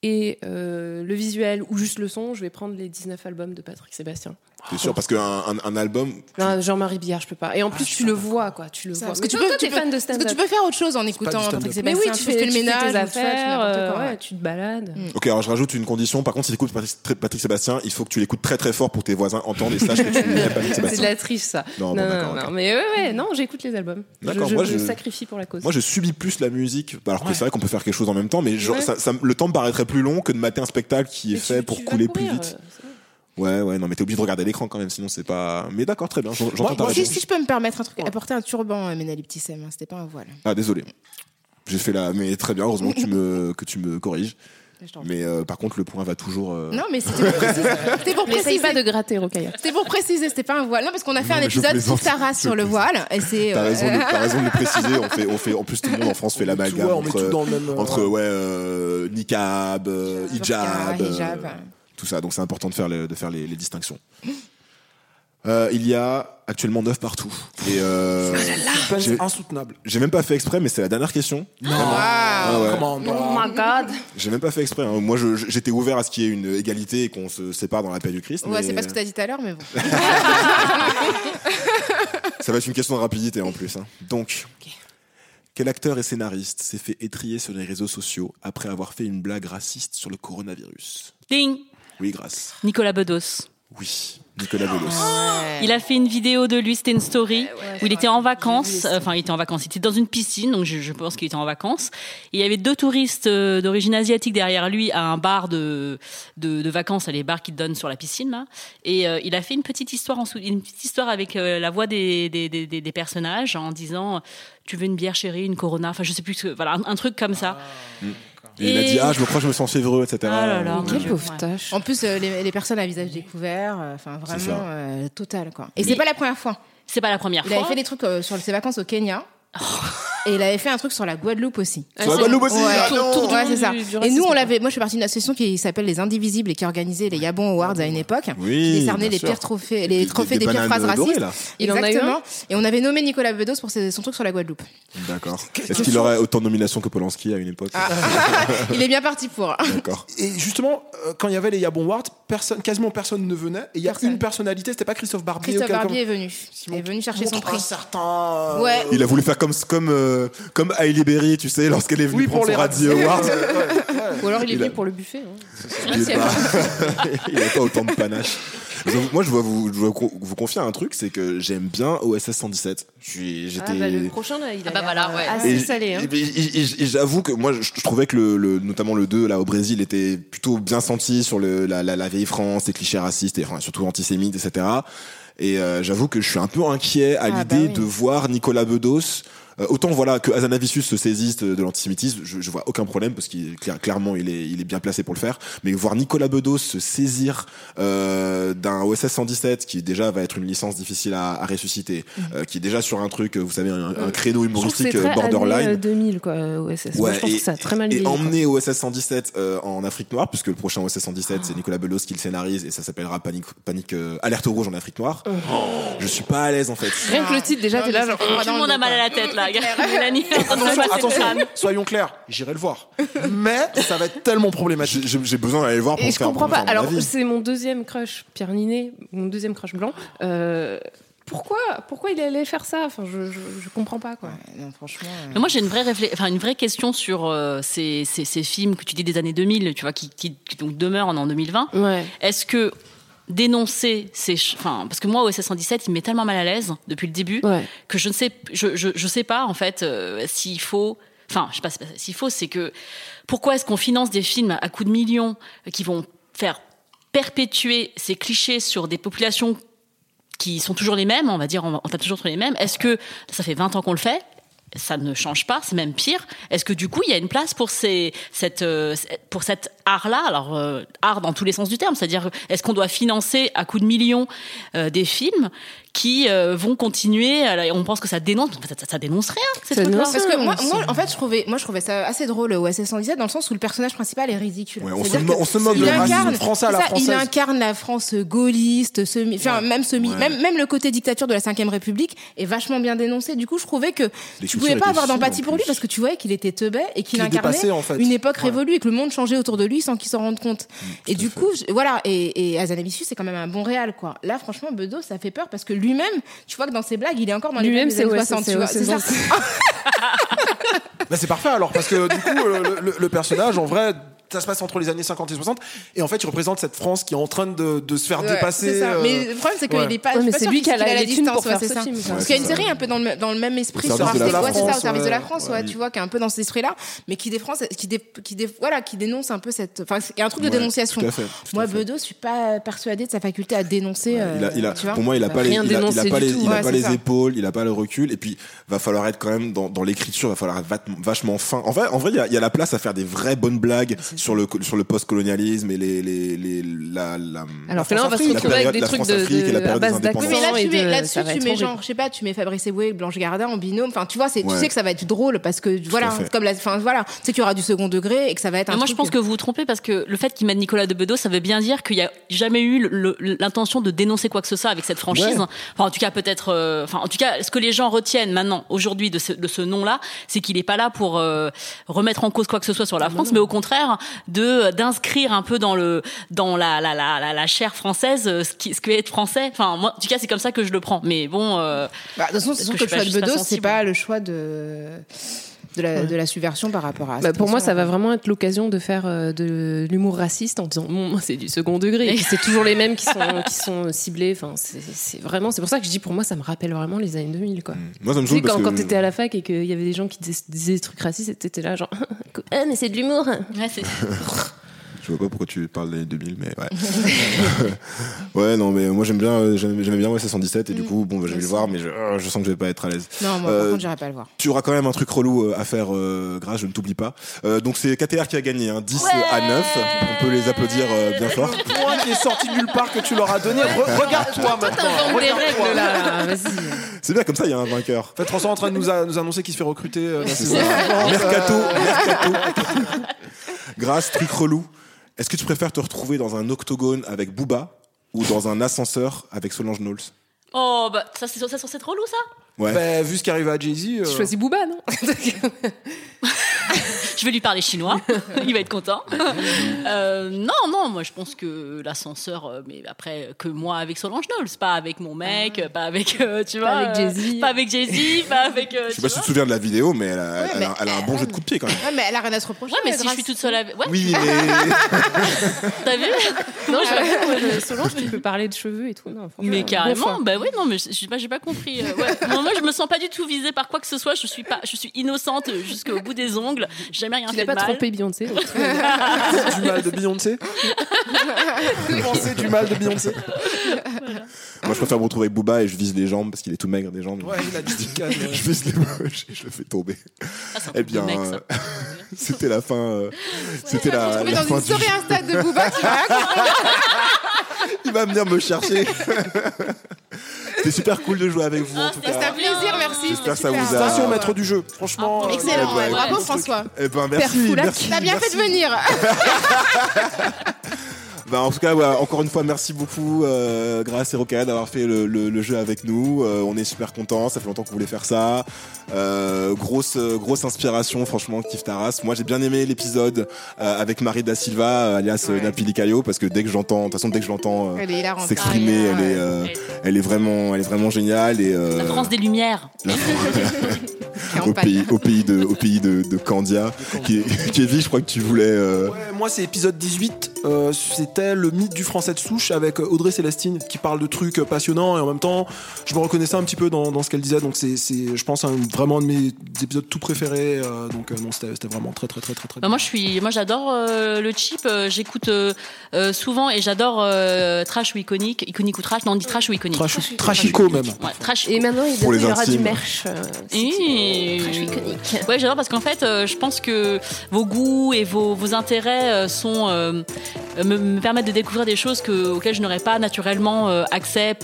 Speaker 6: et euh, le visuel ou juste le son, je vais prendre les 19 albums de Patrick Sébastien.
Speaker 3: T'es sûr Parce qu'un un, un album,
Speaker 6: Non, Jean-Marie Billard, je peux pas. Et en plus, tu le vois, quoi. Tu le
Speaker 4: Ça,
Speaker 6: vois.
Speaker 4: parce que
Speaker 6: Mais
Speaker 4: tu
Speaker 6: toi,
Speaker 4: peux-
Speaker 6: toi,
Speaker 4: tu
Speaker 6: t'es
Speaker 4: peux-
Speaker 6: fan de
Speaker 4: Parce
Speaker 6: stand-up.
Speaker 4: que tu peux faire autre chose en écoutant
Speaker 7: du stand-up.
Speaker 4: Patrick
Speaker 6: Mais
Speaker 4: Sébastien.
Speaker 6: oui, tu fais,
Speaker 4: fais
Speaker 6: tu
Speaker 4: le
Speaker 6: fais
Speaker 4: ménage,
Speaker 6: tes
Speaker 4: ou tu fais- tu fais
Speaker 6: affaires,
Speaker 4: n'importe
Speaker 6: euh,
Speaker 4: quoi,
Speaker 6: ouais,
Speaker 4: ouais.
Speaker 6: tu te balades.
Speaker 3: Ok, alors je rajoute une condition. Par contre, si t'écoutes Patrick, très- Patrick Sébastien, il faut que tu l'écoutes très très fort pour que tes voisins entendent et sachent que tu es Patrick
Speaker 6: C'est de
Speaker 3: Sébastien.
Speaker 6: la triche, ça.
Speaker 3: Non, bon, d'accord, ok.
Speaker 6: mais ouais, ouais, non, j'écoute les albums. Je,
Speaker 3: D'accord,
Speaker 6: je
Speaker 3: moi,
Speaker 6: me
Speaker 3: je-
Speaker 6: sacrifie pour la cause.
Speaker 3: Moi, je subis plus la musique, bah, alors que
Speaker 7: Ouais.
Speaker 3: c'est vrai qu'on peut faire quelque chose en même temps, mais genre,
Speaker 6: Ouais.
Speaker 3: ça- ça me- le temps me paraîtrait plus long que de mater un spectacle qui est
Speaker 6: Mais
Speaker 3: fait
Speaker 6: tu-
Speaker 3: pour
Speaker 6: tu vas
Speaker 3: couler plus
Speaker 6: courir,
Speaker 3: vite.
Speaker 6: euh, c'est bon.
Speaker 3: Ouais, ouais, non, mais t'es obligé de regarder l'écran quand même, sinon c'est pas. Mais d'accord, très bien, j'en- j'entends
Speaker 7: Moi-
Speaker 3: ta
Speaker 7: moi,
Speaker 4: Si,
Speaker 3: réponse.
Speaker 4: si je peux me permettre un truc, apporter un turban, euh, Ménali Petit Sem, hein, c'était pas un voile.
Speaker 3: Ah, désolé. J'ai fait la. Mais très bien, heureusement que tu me, que tu me corriges.
Speaker 4: Je t'en prie.
Speaker 3: Mais euh, par contre, le point va toujours. euh,
Speaker 4: Non, mais c'était pour préciser. C'était pour
Speaker 6: N'essaye
Speaker 4: préciser.
Speaker 6: pas de gratter, Rokaya.
Speaker 4: C'était pour préciser, c'était pas un voile. Non, parce qu'on a fait
Speaker 3: Non,
Speaker 4: un
Speaker 3: mais je
Speaker 4: épisode sur
Speaker 3: plaisante.
Speaker 4: Sarah
Speaker 3: Je
Speaker 4: sur le
Speaker 3: plaisante.
Speaker 4: voile. Et c'est.
Speaker 3: T'as
Speaker 4: euh,
Speaker 3: raison, de- t'as raison de le préciser. On fait, on fait, en plus, tout le monde en France fait l'amalgame
Speaker 7: Ouais, on met
Speaker 3: entre,
Speaker 7: tout dans le même, euh,
Speaker 3: entre ouais, euh, niqab, euh, hijab,
Speaker 4: Burqa,
Speaker 3: euh,
Speaker 4: hijab.
Speaker 3: tout ça. Donc c'est important de faire, le- de faire les, les distinctions. Euh, il y a actuellement 9 partout. Et
Speaker 4: Oh
Speaker 3: euh, j'ai-
Speaker 7: C'est insoutenable.
Speaker 3: j'ai même pas fait exprès, mais c'est la dernière question. Ah ouais.
Speaker 7: Comment
Speaker 6: Oh my god.
Speaker 3: J'ai même pas fait exprès. hein. Moi, je- je- j'étais ouvert à ce qu'il y ait une égalité et qu'on se sépare dans la paix du Christ.
Speaker 4: Ouais,
Speaker 3: mais
Speaker 4: c'est pas ce que t'as dit tout à l'heure, mais bon.
Speaker 3: Ça va être une question de rapidité en plus. hein. Donc, quel acteur et scénariste s'est fait étrier sur les réseaux sociaux après avoir fait une blague raciste sur le coronavirus
Speaker 5: Ding
Speaker 3: Oui, grâce.
Speaker 5: Nicolas Bedos.
Speaker 3: Oui, Nicolas Bedos.
Speaker 5: Il a fait une vidéo de lui, c'était une story, où il était en vacances, euh, enfin il était en vacances, il était dans une piscine, donc je, je pense qu'il était en vacances. Et il y avait deux touristes euh, d'origine asiatique derrière lui à un bar de, de, de vacances, à les bars qu'il donne sur la piscine là. Et euh, il a fait une petite histoire en sous- une petite histoire avec euh, la voix des, des, des, des- des personnages en disant tu veux une bière chérie, une Corona, enfin je sais plus, ce que- voilà un, un truc comme ça.
Speaker 3: Et il a dit Ah, je me crois, que je me sens fiévreux, etc.
Speaker 5: Ah là là.
Speaker 6: Quelle
Speaker 5: Ouais.
Speaker 6: pauvre tâche.
Speaker 4: En plus, euh, les, les personnes à visage découvert, euh, enfin vraiment
Speaker 3: ça.
Speaker 4: euh, total quoi. Et c'est pas la première fois.
Speaker 5: C'est pas la première
Speaker 4: Il
Speaker 5: fois.
Speaker 6: Oh.
Speaker 4: avait fait des trucs euh, sur ses vacances au Kenya. Et il avait fait un truc sur la Guadeloupe aussi.
Speaker 3: Sur la Guadeloupe aussi ah non
Speaker 6: tour du
Speaker 4: Ouais,
Speaker 6: monde
Speaker 4: c'est ça.
Speaker 6: du- du
Speaker 4: et
Speaker 6: racisme,
Speaker 4: nous, on
Speaker 6: quoi.
Speaker 4: l'avait. Moi, je suis partie d'une association qui s'appelle les Indivisibles et qui organisait les Yabon Awards à une époque,
Speaker 3: Oui,
Speaker 4: qui décernait
Speaker 3: bien
Speaker 4: les
Speaker 3: sûr.
Speaker 4: pires trophées,
Speaker 3: Des-
Speaker 4: les
Speaker 3: des-
Speaker 4: trophées
Speaker 3: des
Speaker 4: des, pires
Speaker 3: bananes
Speaker 4: phrases
Speaker 3: dorées,
Speaker 4: racistes.
Speaker 3: là.
Speaker 6: Il en a eu un
Speaker 4: Exactement. Et on avait nommé Nicolas Bedos pour ses- son truc sur la Guadeloupe.
Speaker 3: D'accord. Est-ce qu'il aurait autant de nominations que Polanski à une époque
Speaker 4: il est bien parti pour.
Speaker 3: D'accord.
Speaker 7: Et justement, euh, quand il y avait les Yabon Ward, personne, quasiment personne ne venait. Et il y a
Speaker 4: Personne.
Speaker 7: une personnalité, c'était pas Christophe Barbier.
Speaker 4: Christophe
Speaker 7: auquel-
Speaker 4: Barbier est venu. Il est venu chercher son
Speaker 7: Contre
Speaker 4: prix.
Speaker 7: Un certain. euh,
Speaker 4: Ouais.
Speaker 3: Il a voulu faire comme, comme, euh, comme Hailey Berry, tu sais, lorsqu'elle est venue
Speaker 7: Oui,
Speaker 3: prendre
Speaker 7: pour les
Speaker 3: son Radio Award.
Speaker 6: Ou alors il est
Speaker 3: Il a-
Speaker 6: venu pour le buffet. hein.
Speaker 3: Il n'a pas... il a pas autant de panache. Je vous avoue- moi, je dois vous, je dois co- vous confier un truc, c'est que j'aime bien OSS 117. Je suis- J'étais.
Speaker 6: Ah bah, le prochain, là, il a
Speaker 5: Ah bah
Speaker 6: l'air,
Speaker 5: voilà,
Speaker 6: euh,
Speaker 5: ouais.
Speaker 6: assez
Speaker 3: Et-
Speaker 6: salé. hein.
Speaker 3: et- et- et- et J'avoue que moi, je, je trouvais que le, le- notamment le 2 là au Brésil était plutôt bien senti sur le, la, la, la vieille France, les clichés racistes et enfin, surtout antisémites, etc. Et euh, j'avoue que je suis un peu inquiet à
Speaker 4: Ah, bah
Speaker 3: l'idée
Speaker 4: oui.
Speaker 3: de voir Nicolas Bedos. euh, autant voilà que Azanavicius se saisisse de l'antisémitisme, je, je vois aucun problème parce qu'il clair- clairement il est, il est bien placé pour le faire. Mais voir Nicolas Bedos se saisir euh, d'un OSS 117 qui déjà va être une licence difficile à, à ressusciter, euh, qui est déjà sur un truc, vous savez, un, un créneau
Speaker 6: Je trouve que c'est
Speaker 3: humoristique euh,
Speaker 6: très
Speaker 3: borderline.
Speaker 6: année, euh, 2000, quoi, OSS. Moi, je pense
Speaker 3: et,
Speaker 6: que ça a très mal
Speaker 3: et
Speaker 6: vieilli, quoi.
Speaker 3: emmener OSS 117 euh, en Afrique noire, puisque le prochain OSS 117, c'est Nicolas Belos qui le scénarise et ça s'appellera Panique, panique euh, Alerte Rouge en Afrique noire. Je suis pas à l'aise en fait.
Speaker 6: Oh. Rien que le titre, déjà, t'es là, genre.
Speaker 5: Tout le monde a mal à la tête là. Mélanie est en train de
Speaker 7: Attention,
Speaker 5: passer le crâne.
Speaker 7: attention, soyons clairs, j'irai le voir. Mais ça va être tellement problématique.
Speaker 3: J'ai- J'ai j'ai besoin d'aller le voir pour
Speaker 6: Et
Speaker 3: me
Speaker 6: je
Speaker 3: faire
Speaker 6: comprends
Speaker 3: pour me
Speaker 6: pas.
Speaker 3: faire mon
Speaker 6: Alors,
Speaker 3: avis.
Speaker 6: c'est mon deuxième crush, Pierre Ninet, mon deuxième crush blanc. Euh, pourquoi, pourquoi il allait faire ça Enfin, je, je, je comprends pas, quoi.
Speaker 4: Non, franchement.
Speaker 5: Mais moi, j'ai une vraie réflé- enfin, une vraie question sur euh, ces, ces- ces films que tu dis des années 2000, tu vois, qui, qui- qui donc demeurent en en 2020.
Speaker 6: Ouais.
Speaker 5: Est-ce que dénoncer ces, ch- enfin, parce que moi, OSS 117, il m'est tellement mal à l'aise depuis le début
Speaker 6: Ouais.
Speaker 5: que je ne sais, je, je, je sais pas en fait euh, s'il faut. Enfin, je sais pas c'est pas ça. s'il faut, c'est que pourquoi est-ce qu'on finance des films à coups de millions euh, qui vont faire perpétuer ces clichés sur des populations qui sont toujours les mêmes, on va dire, on, on tape toujours sur les mêmes. Est-ce que ça fait 20 ans qu'on le fait ça ne change pas, c'est même pire. Est-ce que du coup, il y a une place pour ces, cette, euh, pour cette art-là Alors, euh, art dans tous les sens du terme, c'est-à-dire, est-ce qu'on doit financer à coups de millions euh, des films qui euh, vont continuer à la- On pense que ça dénonce, mais en fait, ça, ça- ça dénonce rien, ces
Speaker 6: Ça
Speaker 5: trucs-là.
Speaker 6: dénonce
Speaker 4: Parce que moi,
Speaker 6: Hum,
Speaker 4: moi, en fait, je trouvais, moi, je trouvais ça assez drôle euh, au SS 117 dans le sens où le personnage principal est ridicule.
Speaker 3: Ouais, on
Speaker 4: C'est-à-dire
Speaker 3: se mo-
Speaker 4: que
Speaker 3: on se moque
Speaker 4: il
Speaker 3: du racisme
Speaker 7: français à la
Speaker 4: c'est ça, Il
Speaker 7: française.
Speaker 4: incarne la France gaulliste, semi, enfin même semi,
Speaker 3: Ouais.
Speaker 4: même même le côté dictature de la Ve République est vachement bien dénoncé. Du coup, je trouvais que tu
Speaker 3: cultures
Speaker 4: pouvais
Speaker 3: étaient
Speaker 4: pas avoir
Speaker 3: fines,
Speaker 4: d'empathie
Speaker 3: en
Speaker 4: pour lui
Speaker 3: plus.
Speaker 4: parce que tu voyais qu'il était teubé et qu'il
Speaker 7: Qu'il est
Speaker 4: incarnait
Speaker 7: dépassé, en fait.
Speaker 4: une époque
Speaker 7: Ouais.
Speaker 4: révolue et que le monde changeait autour de lui sans qu'il s'en rende compte.
Speaker 3: Mm,
Speaker 4: et du coup, je- voilà. Et, et Azanavicius, c'est quand même un bon réal, quoi. Là, franchement, Bedos, ça fait peur parce que lui-même, tu vois que dans ses blagues, il est encore dans les
Speaker 6: Lui-même,
Speaker 4: blagues des
Speaker 6: c'est
Speaker 4: années 60,
Speaker 6: OSS,
Speaker 4: tu vois.
Speaker 6: c'est
Speaker 4: C'est ça.
Speaker 6: OSS.
Speaker 7: Bah, c'est parfait alors, parce que du coup, euh, le, le- le personnage, en vrai, ça se passe entre les années 50 et 60, et en fait, il représente cette France qui est en train de, de se faire
Speaker 4: Ouais,
Speaker 7: dépasser.
Speaker 4: c'est ça.
Speaker 7: euh,
Speaker 4: Mais le problème, c'est qu'il
Speaker 7: ouais.
Speaker 4: est pas.
Speaker 6: Ouais,
Speaker 4: Ah, je suis
Speaker 6: mais
Speaker 4: pas
Speaker 6: c'est
Speaker 4: sûre
Speaker 6: lui qui a
Speaker 4: qu'il
Speaker 6: la-
Speaker 4: la
Speaker 6: les thunes
Speaker 4: distance,
Speaker 6: pour
Speaker 4: ouais,
Speaker 6: faire
Speaker 4: c'est
Speaker 6: ce
Speaker 4: ça.
Speaker 6: film, quoi.
Speaker 4: Parce qu'il y a une
Speaker 3: Ouais, c'est
Speaker 4: série un peu dans le, dans le même esprit
Speaker 3: Au
Speaker 4: sur Arte,
Speaker 3: service de la
Speaker 4: ouais, c'est ça, au
Speaker 7: France,
Speaker 4: service de la
Speaker 7: ouais.
Speaker 4: France, ouais, tu vois, qui est un peu dans cette esprit là, mais qui défense, qui dé- qui dé- voilà, qui dénonce un peu cette, enfin, il y a un truc de
Speaker 3: Ouais,
Speaker 4: dénonciation.
Speaker 3: tout à fait, tout
Speaker 4: Moi,
Speaker 3: à fait.
Speaker 4: Bedos, je suis pas persuadée de sa faculté à dénoncer. euh,
Speaker 3: Il a- il a-
Speaker 4: tu vois.
Speaker 3: pour moi, il a pas les, il
Speaker 6: Rien
Speaker 3: a, il a
Speaker 6: dénoncé
Speaker 3: pas
Speaker 6: du
Speaker 3: les,
Speaker 6: tout.
Speaker 3: il a
Speaker 4: Ouais,
Speaker 3: pas
Speaker 4: c'est
Speaker 3: les
Speaker 4: ça.
Speaker 3: épaules, il a pas le recul. Et puis, va falloir être quand même dans, dans l'écriture, va falloir être vat- vachement fin. En vrai, en vrai, il y a, il y a la place à faire des vraies bonnes blagues sur le, co- sur le post-colonialisme et les, les, les, la, la, la
Speaker 6: Alors que là,
Speaker 3: France
Speaker 6: on va se
Speaker 3: Afrique, la
Speaker 6: retrouver avec
Speaker 3: période-
Speaker 6: des
Speaker 3: la
Speaker 6: trucs
Speaker 3: France
Speaker 6: de,
Speaker 3: Afrique et la
Speaker 6: de, à
Speaker 3: période
Speaker 6: base
Speaker 3: des indépendances.
Speaker 4: Oui, mais là,
Speaker 6: d'accent et
Speaker 4: tu mets,
Speaker 6: de-
Speaker 4: là-dessus,
Speaker 6: ça va
Speaker 4: tu
Speaker 6: être
Speaker 4: mets
Speaker 6: horrible.
Speaker 4: genre, je sais pas, tu mets Fabrice Eboué, Blanche Gardin en binôme. Enfin, tu vois, c'est,
Speaker 3: Ouais.
Speaker 4: tu sais que ça va être drôle parce que, voilà,
Speaker 3: fait.
Speaker 4: comme la, enfin, voilà, tu sais qu'il y aura du second degré et que ça va être un
Speaker 5: Mais moi, je
Speaker 4: truc- euh.
Speaker 5: pense que vous vous trompez parce que le fait qu'il mette Nicolas de Bedos, ça veut bien dire qu'il n'y a jamais eu le- le- l'intention de dénoncer quoi que ce soit avec cette franchise.
Speaker 3: Ouais.
Speaker 5: Enfin, en tout cas, peut-être. euh, Enfin, en tout cas, ce que les gens retiennent maintenant, aujourd'hui, de ce, de ce nom-là, c'est qu'il n'est pas là pour euh, remettre en cause quoi que ce soit sur la France, mais au contraire, de d'inscrire un peu dans le dans la la la la, la chair française euh, ce qui ce que est être français. Enfin, moi, en tout cas, c'est comme ça que je le prends. Mais bon. euh,
Speaker 4: Bah, de toute façon, c'est
Speaker 5: Parce
Speaker 4: sûr
Speaker 5: que
Speaker 4: que,
Speaker 5: je
Speaker 4: le
Speaker 5: suis
Speaker 4: choix
Speaker 5: pas-
Speaker 4: de Bedos,
Speaker 5: je suis pas
Speaker 4: c'est
Speaker 5: sensible.
Speaker 4: pas le choix de, de, la, de la subversion par rapport à.
Speaker 6: Bah,
Speaker 4: cette
Speaker 6: pour moi,
Speaker 4: question,
Speaker 6: ça va
Speaker 4: ouais.
Speaker 6: vraiment être l'occasion de faire euh, de l'humour raciste en disant bon, c'est du second degré. Et puis, c'est toujours les mêmes qui sont, qui sont ciblés. Enfin, c'est- c'est vraiment, c'est pour ça que je dis pour moi, ça me rappelle vraiment les années 2000. Quoi.
Speaker 3: Moi, ça me
Speaker 6: Tu sais,
Speaker 3: saoule parce
Speaker 6: quand,
Speaker 3: que.
Speaker 6: quand t'étais à la fac et qu'il y avait des gens qui disaient, disaient des trucs racistes, et t'étais là genre ah, mais c'est de l'humour.
Speaker 5: ouais, c'est-
Speaker 3: Je vois pas pourquoi tu parles des années 2000, mais ouais. ouais, non, mais moi j'aime bien, euh, j'aime- j'aimais bien ouais, 117 et du coup, bon, bah, je vais le voir, mais je, ah, je sens que je vais pas être à l'aise.
Speaker 4: Mm. Non, moi,
Speaker 3: Euh,
Speaker 4: par contre, j'irai pas le voir.
Speaker 3: Tu auras quand même un truc relou euh, à faire, euh, Grace, je ne t'oublie pas. Euh, donc c'est KTR qui a gagné, hein, 10 à 9. On peut les applaudir euh, bien fort.
Speaker 7: Le point qui est sorti de nulle part que tu leur as donné. Re- Regarde-toi maintenant.
Speaker 6: des
Speaker 7: Regarde-toi.
Speaker 6: règles là. Ah, Vas-y.
Speaker 3: C'est bien, comme ça, il y a un vainqueur.
Speaker 7: En fait, François est en train de nous, a- nous annoncer qu'il se fait recruter. euh, la saison suivante.
Speaker 3: Mercato, mercato. Grace, truc relou. Est-ce que tu préfères te retrouver dans un octogone avec Booba ou dans un ascenseur avec Solange Knowles
Speaker 5: Oh, bah ça c'est ça c'est trop lourd ça.
Speaker 3: Ouais.
Speaker 7: Bah, vu ce qui arrive à Jay-Z. euh,
Speaker 6: Tu choisis Booba, non
Speaker 5: Je je vais lui parler chinois, il va être content. Euh, non, non, moi je pense que l'ascenseur, euh, mais après que moi avec Solange Knowles, pas avec mon mec, euh, pas avec, euh, tu vois,
Speaker 6: Ah. avec
Speaker 5: euh,
Speaker 6: Jay-Z.
Speaker 5: pas avec Jay-Z, pas avec. euh,
Speaker 3: Je sais
Speaker 5: tu
Speaker 3: pas si tu
Speaker 5: vois.
Speaker 3: te souviens de la vidéo, mais elle a,
Speaker 4: Ouais,
Speaker 3: elle a-
Speaker 4: mais-
Speaker 3: elle a un bon jeu de coup de pied quand même.
Speaker 4: Ouais, mais elle a rien à se reprocher.
Speaker 5: Ouais, mais si je
Speaker 4: grâce-
Speaker 5: suis toute seule avec. Ouais,
Speaker 3: Oui, mais
Speaker 5: t'as vu Non, je
Speaker 6: Solange, tu peux parler de cheveux et tout. Non, franchement,
Speaker 5: Mais
Speaker 6: bon
Speaker 5: carrément,
Speaker 6: fin.
Speaker 5: bah oui, non, mais je- je sais pas, j'ai pas compris. euh, ouais. moi, moi, je me sens pas du tout visée par quoi que ce soit. Je suis pas, je suis innocente jusqu'au bout des ongles. J'ai jamais rien
Speaker 6: Tu
Speaker 5: Ah, fait
Speaker 6: n'as
Speaker 5: de
Speaker 6: pas
Speaker 5: mal.
Speaker 6: trompé Beyoncé. donc tout va bien.
Speaker 7: du mal de Beyoncé. Vous pensez du mal de Beyoncé
Speaker 3: moi je préfère me retrouver avec Booba et je vise les jambes parce qu'il est tout maigre des jambes.
Speaker 7: Ouais, il a du petit calme.
Speaker 3: je vise les moches et je le fais tomber.
Speaker 5: Ah, c'est un
Speaker 3: Eh
Speaker 5: truc de
Speaker 3: bien,
Speaker 5: mec, ça.
Speaker 3: euh, c'était la fin. euh,
Speaker 4: Tu
Speaker 3: c'était
Speaker 4: vas te
Speaker 3: la,
Speaker 4: retrouver
Speaker 3: la
Speaker 4: dans
Speaker 3: fin
Speaker 4: une
Speaker 3: du jeu.
Speaker 4: story Insta de Booba qui va
Speaker 3: Il va venir me chercher. C'était super cool de jouer avec vous en
Speaker 5: Ah,
Speaker 3: tout
Speaker 5: c'était
Speaker 4: C'était un
Speaker 3: cas.
Speaker 4: plaisir, merci.
Speaker 3: J'espère que ça
Speaker 4: Super.
Speaker 3: vous a- euh,
Speaker 7: Station maître du jeu, franchement.
Speaker 4: Ah,
Speaker 7: euh,
Speaker 4: Excellent,
Speaker 3: Ouais,
Speaker 4: ouais,
Speaker 3: ouais.
Speaker 4: bravo François.
Speaker 3: Eh ben
Speaker 6: Père
Speaker 3: merci,
Speaker 6: Foulac.
Speaker 3: merci.
Speaker 4: T'as bien
Speaker 3: merci.
Speaker 4: fait de venir.
Speaker 3: Bah, en tout cas, ouais, encore une fois, merci beaucoup, euh, Grace et Roca d'avoir fait le, le- le jeu avec nous. Euh, on est super contents, ça fait longtemps qu'on voulait faire ça. Euh, grosse, euh, grosse inspiration, franchement, Kif Taras. Moi, j'ai bien aimé l'épisode euh, avec Marie da Silva, euh, alias euh,
Speaker 4: Ouais.
Speaker 3: Napi Licayo, parce que dès que j'entends, de toute façon, dès que je l'entends euh,
Speaker 4: Elle est hilarante.
Speaker 3: s'exprimer,
Speaker 4: Ah,
Speaker 3: elle, est, euh, elle est vraiment, elle est vraiment géniale et euh,
Speaker 5: La France des Lumières.
Speaker 3: la France-
Speaker 4: Campagne.
Speaker 3: euh, au pays, au pays de, au pays de, de Candia. Qui est- Kevin, je crois que tu voulais. euh,
Speaker 7: Ouais, moi, c'est épisode 18. euh, C'était le mythe du français de souche avec euh, Audrey Célestine qui parle de trucs euh, passionnants et en même temps, je me reconnaissais un petit peu dans, dans ce qu'elle disait. Donc, c'est, c'est, je pense, un- vraiment un de mes épisodes tout préférés. euh, donc, euh, non, c'était, c'était vraiment très, très, très, très, très.
Speaker 5: Bah, moi, je suis, moi, j'adore euh, le chip. euh, J'écoute euh, euh, souvent et j'adore euh, trash ou iconique, iconique ou trash. Non, on dit trash ou iconique.
Speaker 7: Trash- trashico même.
Speaker 5: Ouais, trash.
Speaker 6: Et maintenant, il
Speaker 3: Pour les
Speaker 6: il y aura du
Speaker 3: intimes.
Speaker 6: merch. euh,
Speaker 5: Et-
Speaker 6: Trash iconique.
Speaker 5: Ouais, j'adore Mmh. parce qu'en fait, euh, je pense que vos goûts et vos, vos intérêts euh, sont euh, me, me permettent de découvrir des choses que, auxquelles je n'aurais pas naturellement euh, accès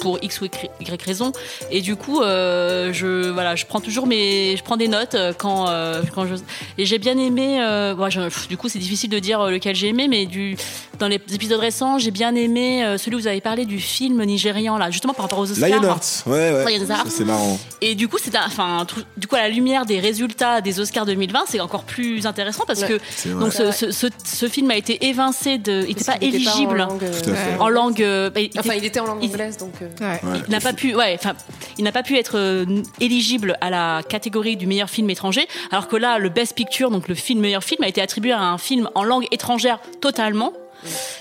Speaker 5: pour x ou y raison et du coup euh, je voilà je prends toujours mes je prends des notes euh, quand euh, quand je et j'ai bien aimé euh, moi, je- pff, du coup c'est difficile de dire euh, lequel j'ai aimé mais du dans les épisodes récents j'ai bien aimé euh, celui où vous avez parlé du film nigérian là justement par rapport aux Oscars
Speaker 3: Lionheart, ouais, ouais,
Speaker 5: Lionheart.
Speaker 3: Ça, c'est marrant.
Speaker 5: et du coup, c'est un- enfin, tout- du coup, à la lumière des résultats des Oscars 2020, c'est encore plus intéressant parce que
Speaker 3: C'est vrai.
Speaker 5: donc ce, ce- ce- ce film a été évincé de, il n'était pas
Speaker 6: Parce qu'il était en
Speaker 5: éligible
Speaker 6: langue, euh,
Speaker 3: Tout à fait.
Speaker 5: en langue, euh, bah, il était-
Speaker 6: Enfin, il était en langue
Speaker 5: il-
Speaker 6: anglaise, donc. euh,
Speaker 4: Ouais.
Speaker 3: Ouais.
Speaker 5: il n'a pas pu, ouais, enfin, il n'a pas pu être euh, éligible à la catégorie du meilleur film étranger, alors que là, le Best Picture, donc le film meilleur film, a été attribué à un film en langue étrangère totalement.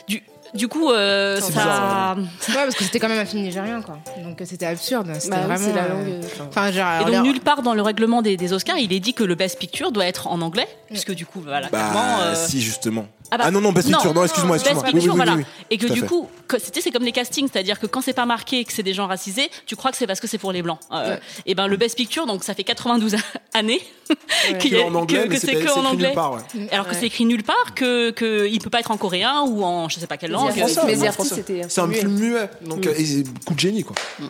Speaker 5: Du, du coup, euh, ça,
Speaker 7: bizarre,
Speaker 6: hein.
Speaker 4: Ouais, parce que c'était quand même un film nigérien, quoi. Donc euh, c'était absurde. C'était
Speaker 6: Bah, oui,
Speaker 4: vraiment.
Speaker 6: c'est la
Speaker 4: euh,
Speaker 6: langue. euh, enfin,
Speaker 4: Enfin, genre.
Speaker 5: Et
Speaker 4: alors-
Speaker 5: donc nulle part dans le règlement des, des Oscars, il est dit que le Best Picture doit être en anglais, puisque du coup, voilà, clairement,
Speaker 3: Bah,
Speaker 5: euh,
Speaker 3: si, justement.
Speaker 5: Ah bah,
Speaker 3: non, non, Best
Speaker 5: non,
Speaker 3: Picture, non, excuse-moi,
Speaker 5: Best
Speaker 3: excuse-moi. Oui,
Speaker 5: Picture,
Speaker 3: oui, oui,
Speaker 5: voilà.
Speaker 3: oui.
Speaker 5: Et que
Speaker 3: Tout à
Speaker 5: du
Speaker 3: fait.
Speaker 5: coup, que- c'était- c'est comme les castings, c'est-à-dire que quand c'est pas marqué et que c'est des gens racisés, tu crois que c'est parce que c'est pour les blancs. Euh, Et ben le Best Picture, donc ça fait 92 années qu'il y a-
Speaker 7: en anglais,
Speaker 5: que,
Speaker 7: mais
Speaker 5: que
Speaker 7: c'est
Speaker 5: c'est
Speaker 7: pas-
Speaker 5: que
Speaker 7: c'est
Speaker 5: en
Speaker 7: écrit
Speaker 5: anglais.
Speaker 7: nulle part, ouais.
Speaker 5: Alors que
Speaker 6: Ouais.
Speaker 5: c'est écrit nulle part, que, que il peut pas être en coréen ou en je sais pas quelle langue.
Speaker 6: Artistes,
Speaker 7: Français,
Speaker 6: mais
Speaker 7: ouais,
Speaker 6: les
Speaker 7: français.
Speaker 6: artistes, hein. c'était un
Speaker 7: C'est un
Speaker 6: film
Speaker 7: film muet. Donc, euh, et c'est coup de génie, quoi.
Speaker 5: Donc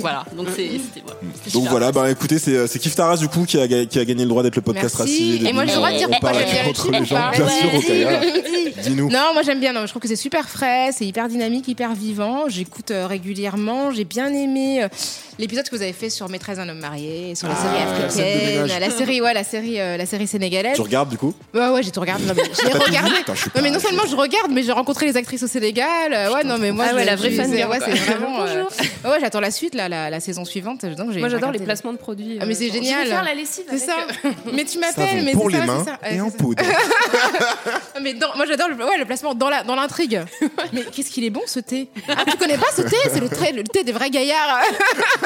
Speaker 5: voilà, donc c'est
Speaker 6: Mm.
Speaker 5: c'était- voilà. C'était
Speaker 3: Donc
Speaker 5: super.
Speaker 3: voilà, bah écoutez, c'est, c'est Kif Taras du coup qui a, ga- qui a gagné le droit d'être le podcast
Speaker 4: Merci.
Speaker 3: racisé. des
Speaker 4: Et moi, j'ai le droit de
Speaker 3: Big
Speaker 4: dire
Speaker 3: Bang. On
Speaker 4: pourquoi
Speaker 3: parle
Speaker 4: j'aime bien le
Speaker 3: entre
Speaker 4: film,
Speaker 3: les gens,
Speaker 4: pas
Speaker 3: bien
Speaker 4: vrai.
Speaker 3: sûr,
Speaker 4: Ouais.
Speaker 3: Rokaya. Dis-nous.
Speaker 4: Non, moi j'aime bien. Non, je trouve que c'est super frais, c'est hyper dynamique, hyper vivant. J'écoute euh, régulièrement. J'ai bien aimé euh, l'épisode que vous avez fait sur Maîtresse d'un homme marié, sur la
Speaker 3: Ah,
Speaker 4: série
Speaker 7: la scène de
Speaker 4: africaine,
Speaker 7: ménage.
Speaker 4: la série, ouais, la série, euh, la série sénégalaise.
Speaker 3: Tu regardes du coup
Speaker 4: Ouais, ouais, j'ai tout regardé. Non, mais je l'ai
Speaker 3: T'as tout
Speaker 4: regardé.
Speaker 3: vu Putain, je suis
Speaker 4: Non, mais
Speaker 3: pas-
Speaker 4: non seulement je regarde, mais j'ai rencontré les actrices au Sénégal. Euh, ouais, non, mais moi,
Speaker 6: Ah ouais,
Speaker 4: je-
Speaker 6: la vraie
Speaker 4: je-
Speaker 6: fan
Speaker 4: c'est-
Speaker 6: girl,
Speaker 4: Ouais,
Speaker 6: quoi.
Speaker 4: c'est vraiment. euh,
Speaker 6: Bonjour.
Speaker 4: ouais, ouais, j'attends la suite, là, la, la saison suivante. Donc, j'ai
Speaker 6: Moi, j'adore les
Speaker 4: regardé
Speaker 6: placements de produits.
Speaker 4: Ah, mais c'est
Speaker 6: euh,
Speaker 4: génial.
Speaker 8: Je vais faire la lessive.
Speaker 4: C'est
Speaker 8: avec,
Speaker 4: ça.
Speaker 8: euh,
Speaker 4: Mais
Speaker 3: Savon
Speaker 4: tu m'appelles, mais
Speaker 3: pour
Speaker 4: c'est
Speaker 3: les
Speaker 4: ça, c'est
Speaker 3: mains
Speaker 4: ça. Ouais,
Speaker 3: et en
Speaker 4: c'est ça.
Speaker 3: poudre.
Speaker 4: Ah, Mais dans- moi j'adore le, ouais, le placement dans la dans l'intrigue. Mais qu'est-ce qu'il est bon ce thé Ah tu connais pas ce thé C'est le, thé- le thé des vrais gaillards.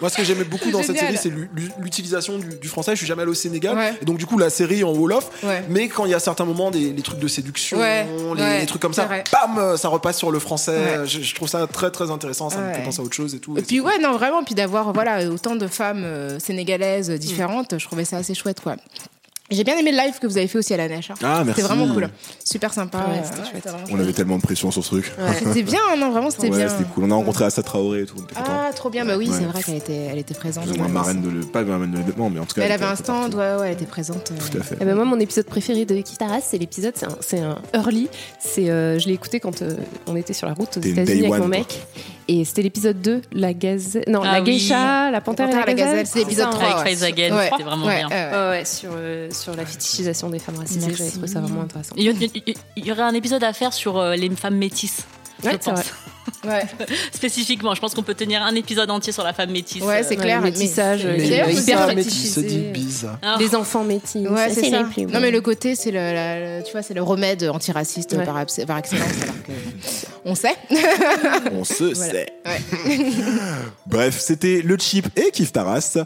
Speaker 7: Moi, ce que j'aimais beaucoup dans cette
Speaker 4: Génial.
Speaker 7: série, c'est l'u- l'u- l'utilisation du, du français. Je suis jamais allé au Sénégal.
Speaker 4: Ouais.
Speaker 7: Et donc, du coup, la série en Wolof.
Speaker 4: Ouais.
Speaker 7: Mais quand il y a certains moments, des, les trucs de séduction,
Speaker 4: Ouais,
Speaker 7: les,
Speaker 4: ouais,
Speaker 7: les trucs comme ça,
Speaker 4: c'est vrai.
Speaker 7: bam, euh, ça repasse sur le français.
Speaker 4: Ouais.
Speaker 7: Je, je trouve ça très, très intéressant. Ça
Speaker 4: Ouais.
Speaker 7: me fait penser à autre chose et tout.
Speaker 4: Et
Speaker 7: Et
Speaker 4: puis ouais non vraiment puis d'avoir voilà autant de femmes euh, sénégalaises différentes, je trouvais ça assez chouette quoi. J'ai bien aimé le live que vous avez fait aussi à la Nèche. hein.
Speaker 3: Ah, merci.
Speaker 4: C'était vraiment cool, super sympa.
Speaker 6: Ouais,
Speaker 4: euh,
Speaker 6: c'était chouette.
Speaker 4: vraiment
Speaker 3: On avait tellement de pression sur ce truc.
Speaker 4: chouette. C'était bien non vraiment c'était
Speaker 3: ouais,
Speaker 4: bien.
Speaker 3: c'était cool. On a rencontré Assa Traoré et tout. On était contents.
Speaker 4: Ah trop bien bah oui
Speaker 3: Ouais.
Speaker 4: c'est vrai qu'elle était elle était présente.
Speaker 3: Plus ou moins marraine de le... Pas marraine de l'événement, mais en tout cas.
Speaker 4: Elle
Speaker 3: était
Speaker 4: avait un
Speaker 3: un peu
Speaker 4: stand
Speaker 3: partout.
Speaker 4: ouais ouais elle était présente. euh.
Speaker 3: Tout à fait.
Speaker 6: Eh ben moi, mon épisode préféré de Kitaras, c'est l'épisode, c'est un, c'est un early. C'est, euh, je l'ai écouté quand euh, on était sur la route aux
Speaker 3: T'es une
Speaker 6: États-Unis
Speaker 3: day
Speaker 6: avec mon
Speaker 3: one,
Speaker 6: mec. Et c'était l'épisode 2, la gazelle. Non,
Speaker 5: Ah
Speaker 6: la
Speaker 5: oui.
Speaker 6: geisha, la panthère
Speaker 4: Panthère,
Speaker 6: et la
Speaker 4: la
Speaker 6: gazelle.
Speaker 4: gazelle, c'est l'épisode
Speaker 6: ça, hein.
Speaker 4: 3.
Speaker 5: Avec
Speaker 4: ouais.
Speaker 5: Raise Again,
Speaker 4: Ouais,
Speaker 5: c'était vraiment
Speaker 4: ouais,
Speaker 5: bien.
Speaker 4: ouais, ouais.
Speaker 6: Ouais, ouais, sur, euh, sur la fétichisation des femmes racisées,
Speaker 4: Merci.
Speaker 6: j'avais trouvé ça vraiment intéressant.
Speaker 5: Il y, il y- il y aurait un épisode à faire sur euh, les femmes métisses.
Speaker 6: Ouais,
Speaker 5: je
Speaker 6: c'est
Speaker 5: pense.
Speaker 4: Ouais.
Speaker 5: Spécifiquement, je pense qu'on peut tenir un épisode entier sur la femme métisse.
Speaker 4: Ouais, c'est
Speaker 5: Euh,
Speaker 6: Ouais,
Speaker 4: clair,
Speaker 6: le
Speaker 4: mais-
Speaker 6: métissage,
Speaker 4: mais
Speaker 6: euh,
Speaker 4: d'ailleurs,
Speaker 6: hyper
Speaker 4: vous savez-
Speaker 6: fétichisé.
Speaker 5: ah,
Speaker 6: Les enfants métis.
Speaker 4: Ouais,
Speaker 6: ça,
Speaker 4: c'est
Speaker 6: les
Speaker 4: ça.
Speaker 6: plus beaux.
Speaker 4: non, mais le côté, c'est le, la- le- tu vois, c'est le remède antiraciste
Speaker 6: Ouais.
Speaker 4: par, abs- par excellence. alors que on sait.
Speaker 3: On se sait. Bref, c'était le chip et Kif Taras.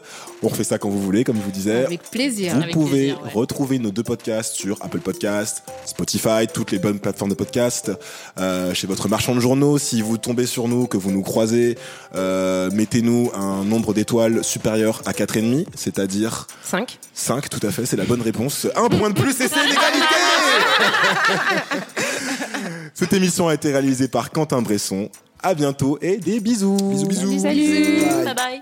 Speaker 3: On refait ça quand vous voulez, comme je vous disais.
Speaker 4: Avec plaisir.
Speaker 3: Euh, Vous
Speaker 5: Avec
Speaker 3: pouvez
Speaker 5: plaisir, ouais.
Speaker 3: retrouver nos deux podcasts sur Apple Podcasts, Spotify, toutes les bonnes plateformes de podcasts, euh, chez votre marchand de journaux. Si vous tombez sur nous, que vous nous croisez, euh, mettez-nous un nombre d'étoiles supérieur à 4,5, c'est-à-dire
Speaker 6: 5.
Speaker 3: 5, tout à fait, c'est la bonne réponse. Un point de plus et c'est l'égalité Cette émission a été réalisée par Quentin Bresson. À bientôt et des bisous Bisous, bisous
Speaker 6: Salut
Speaker 5: bye bye.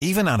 Speaker 9: Even on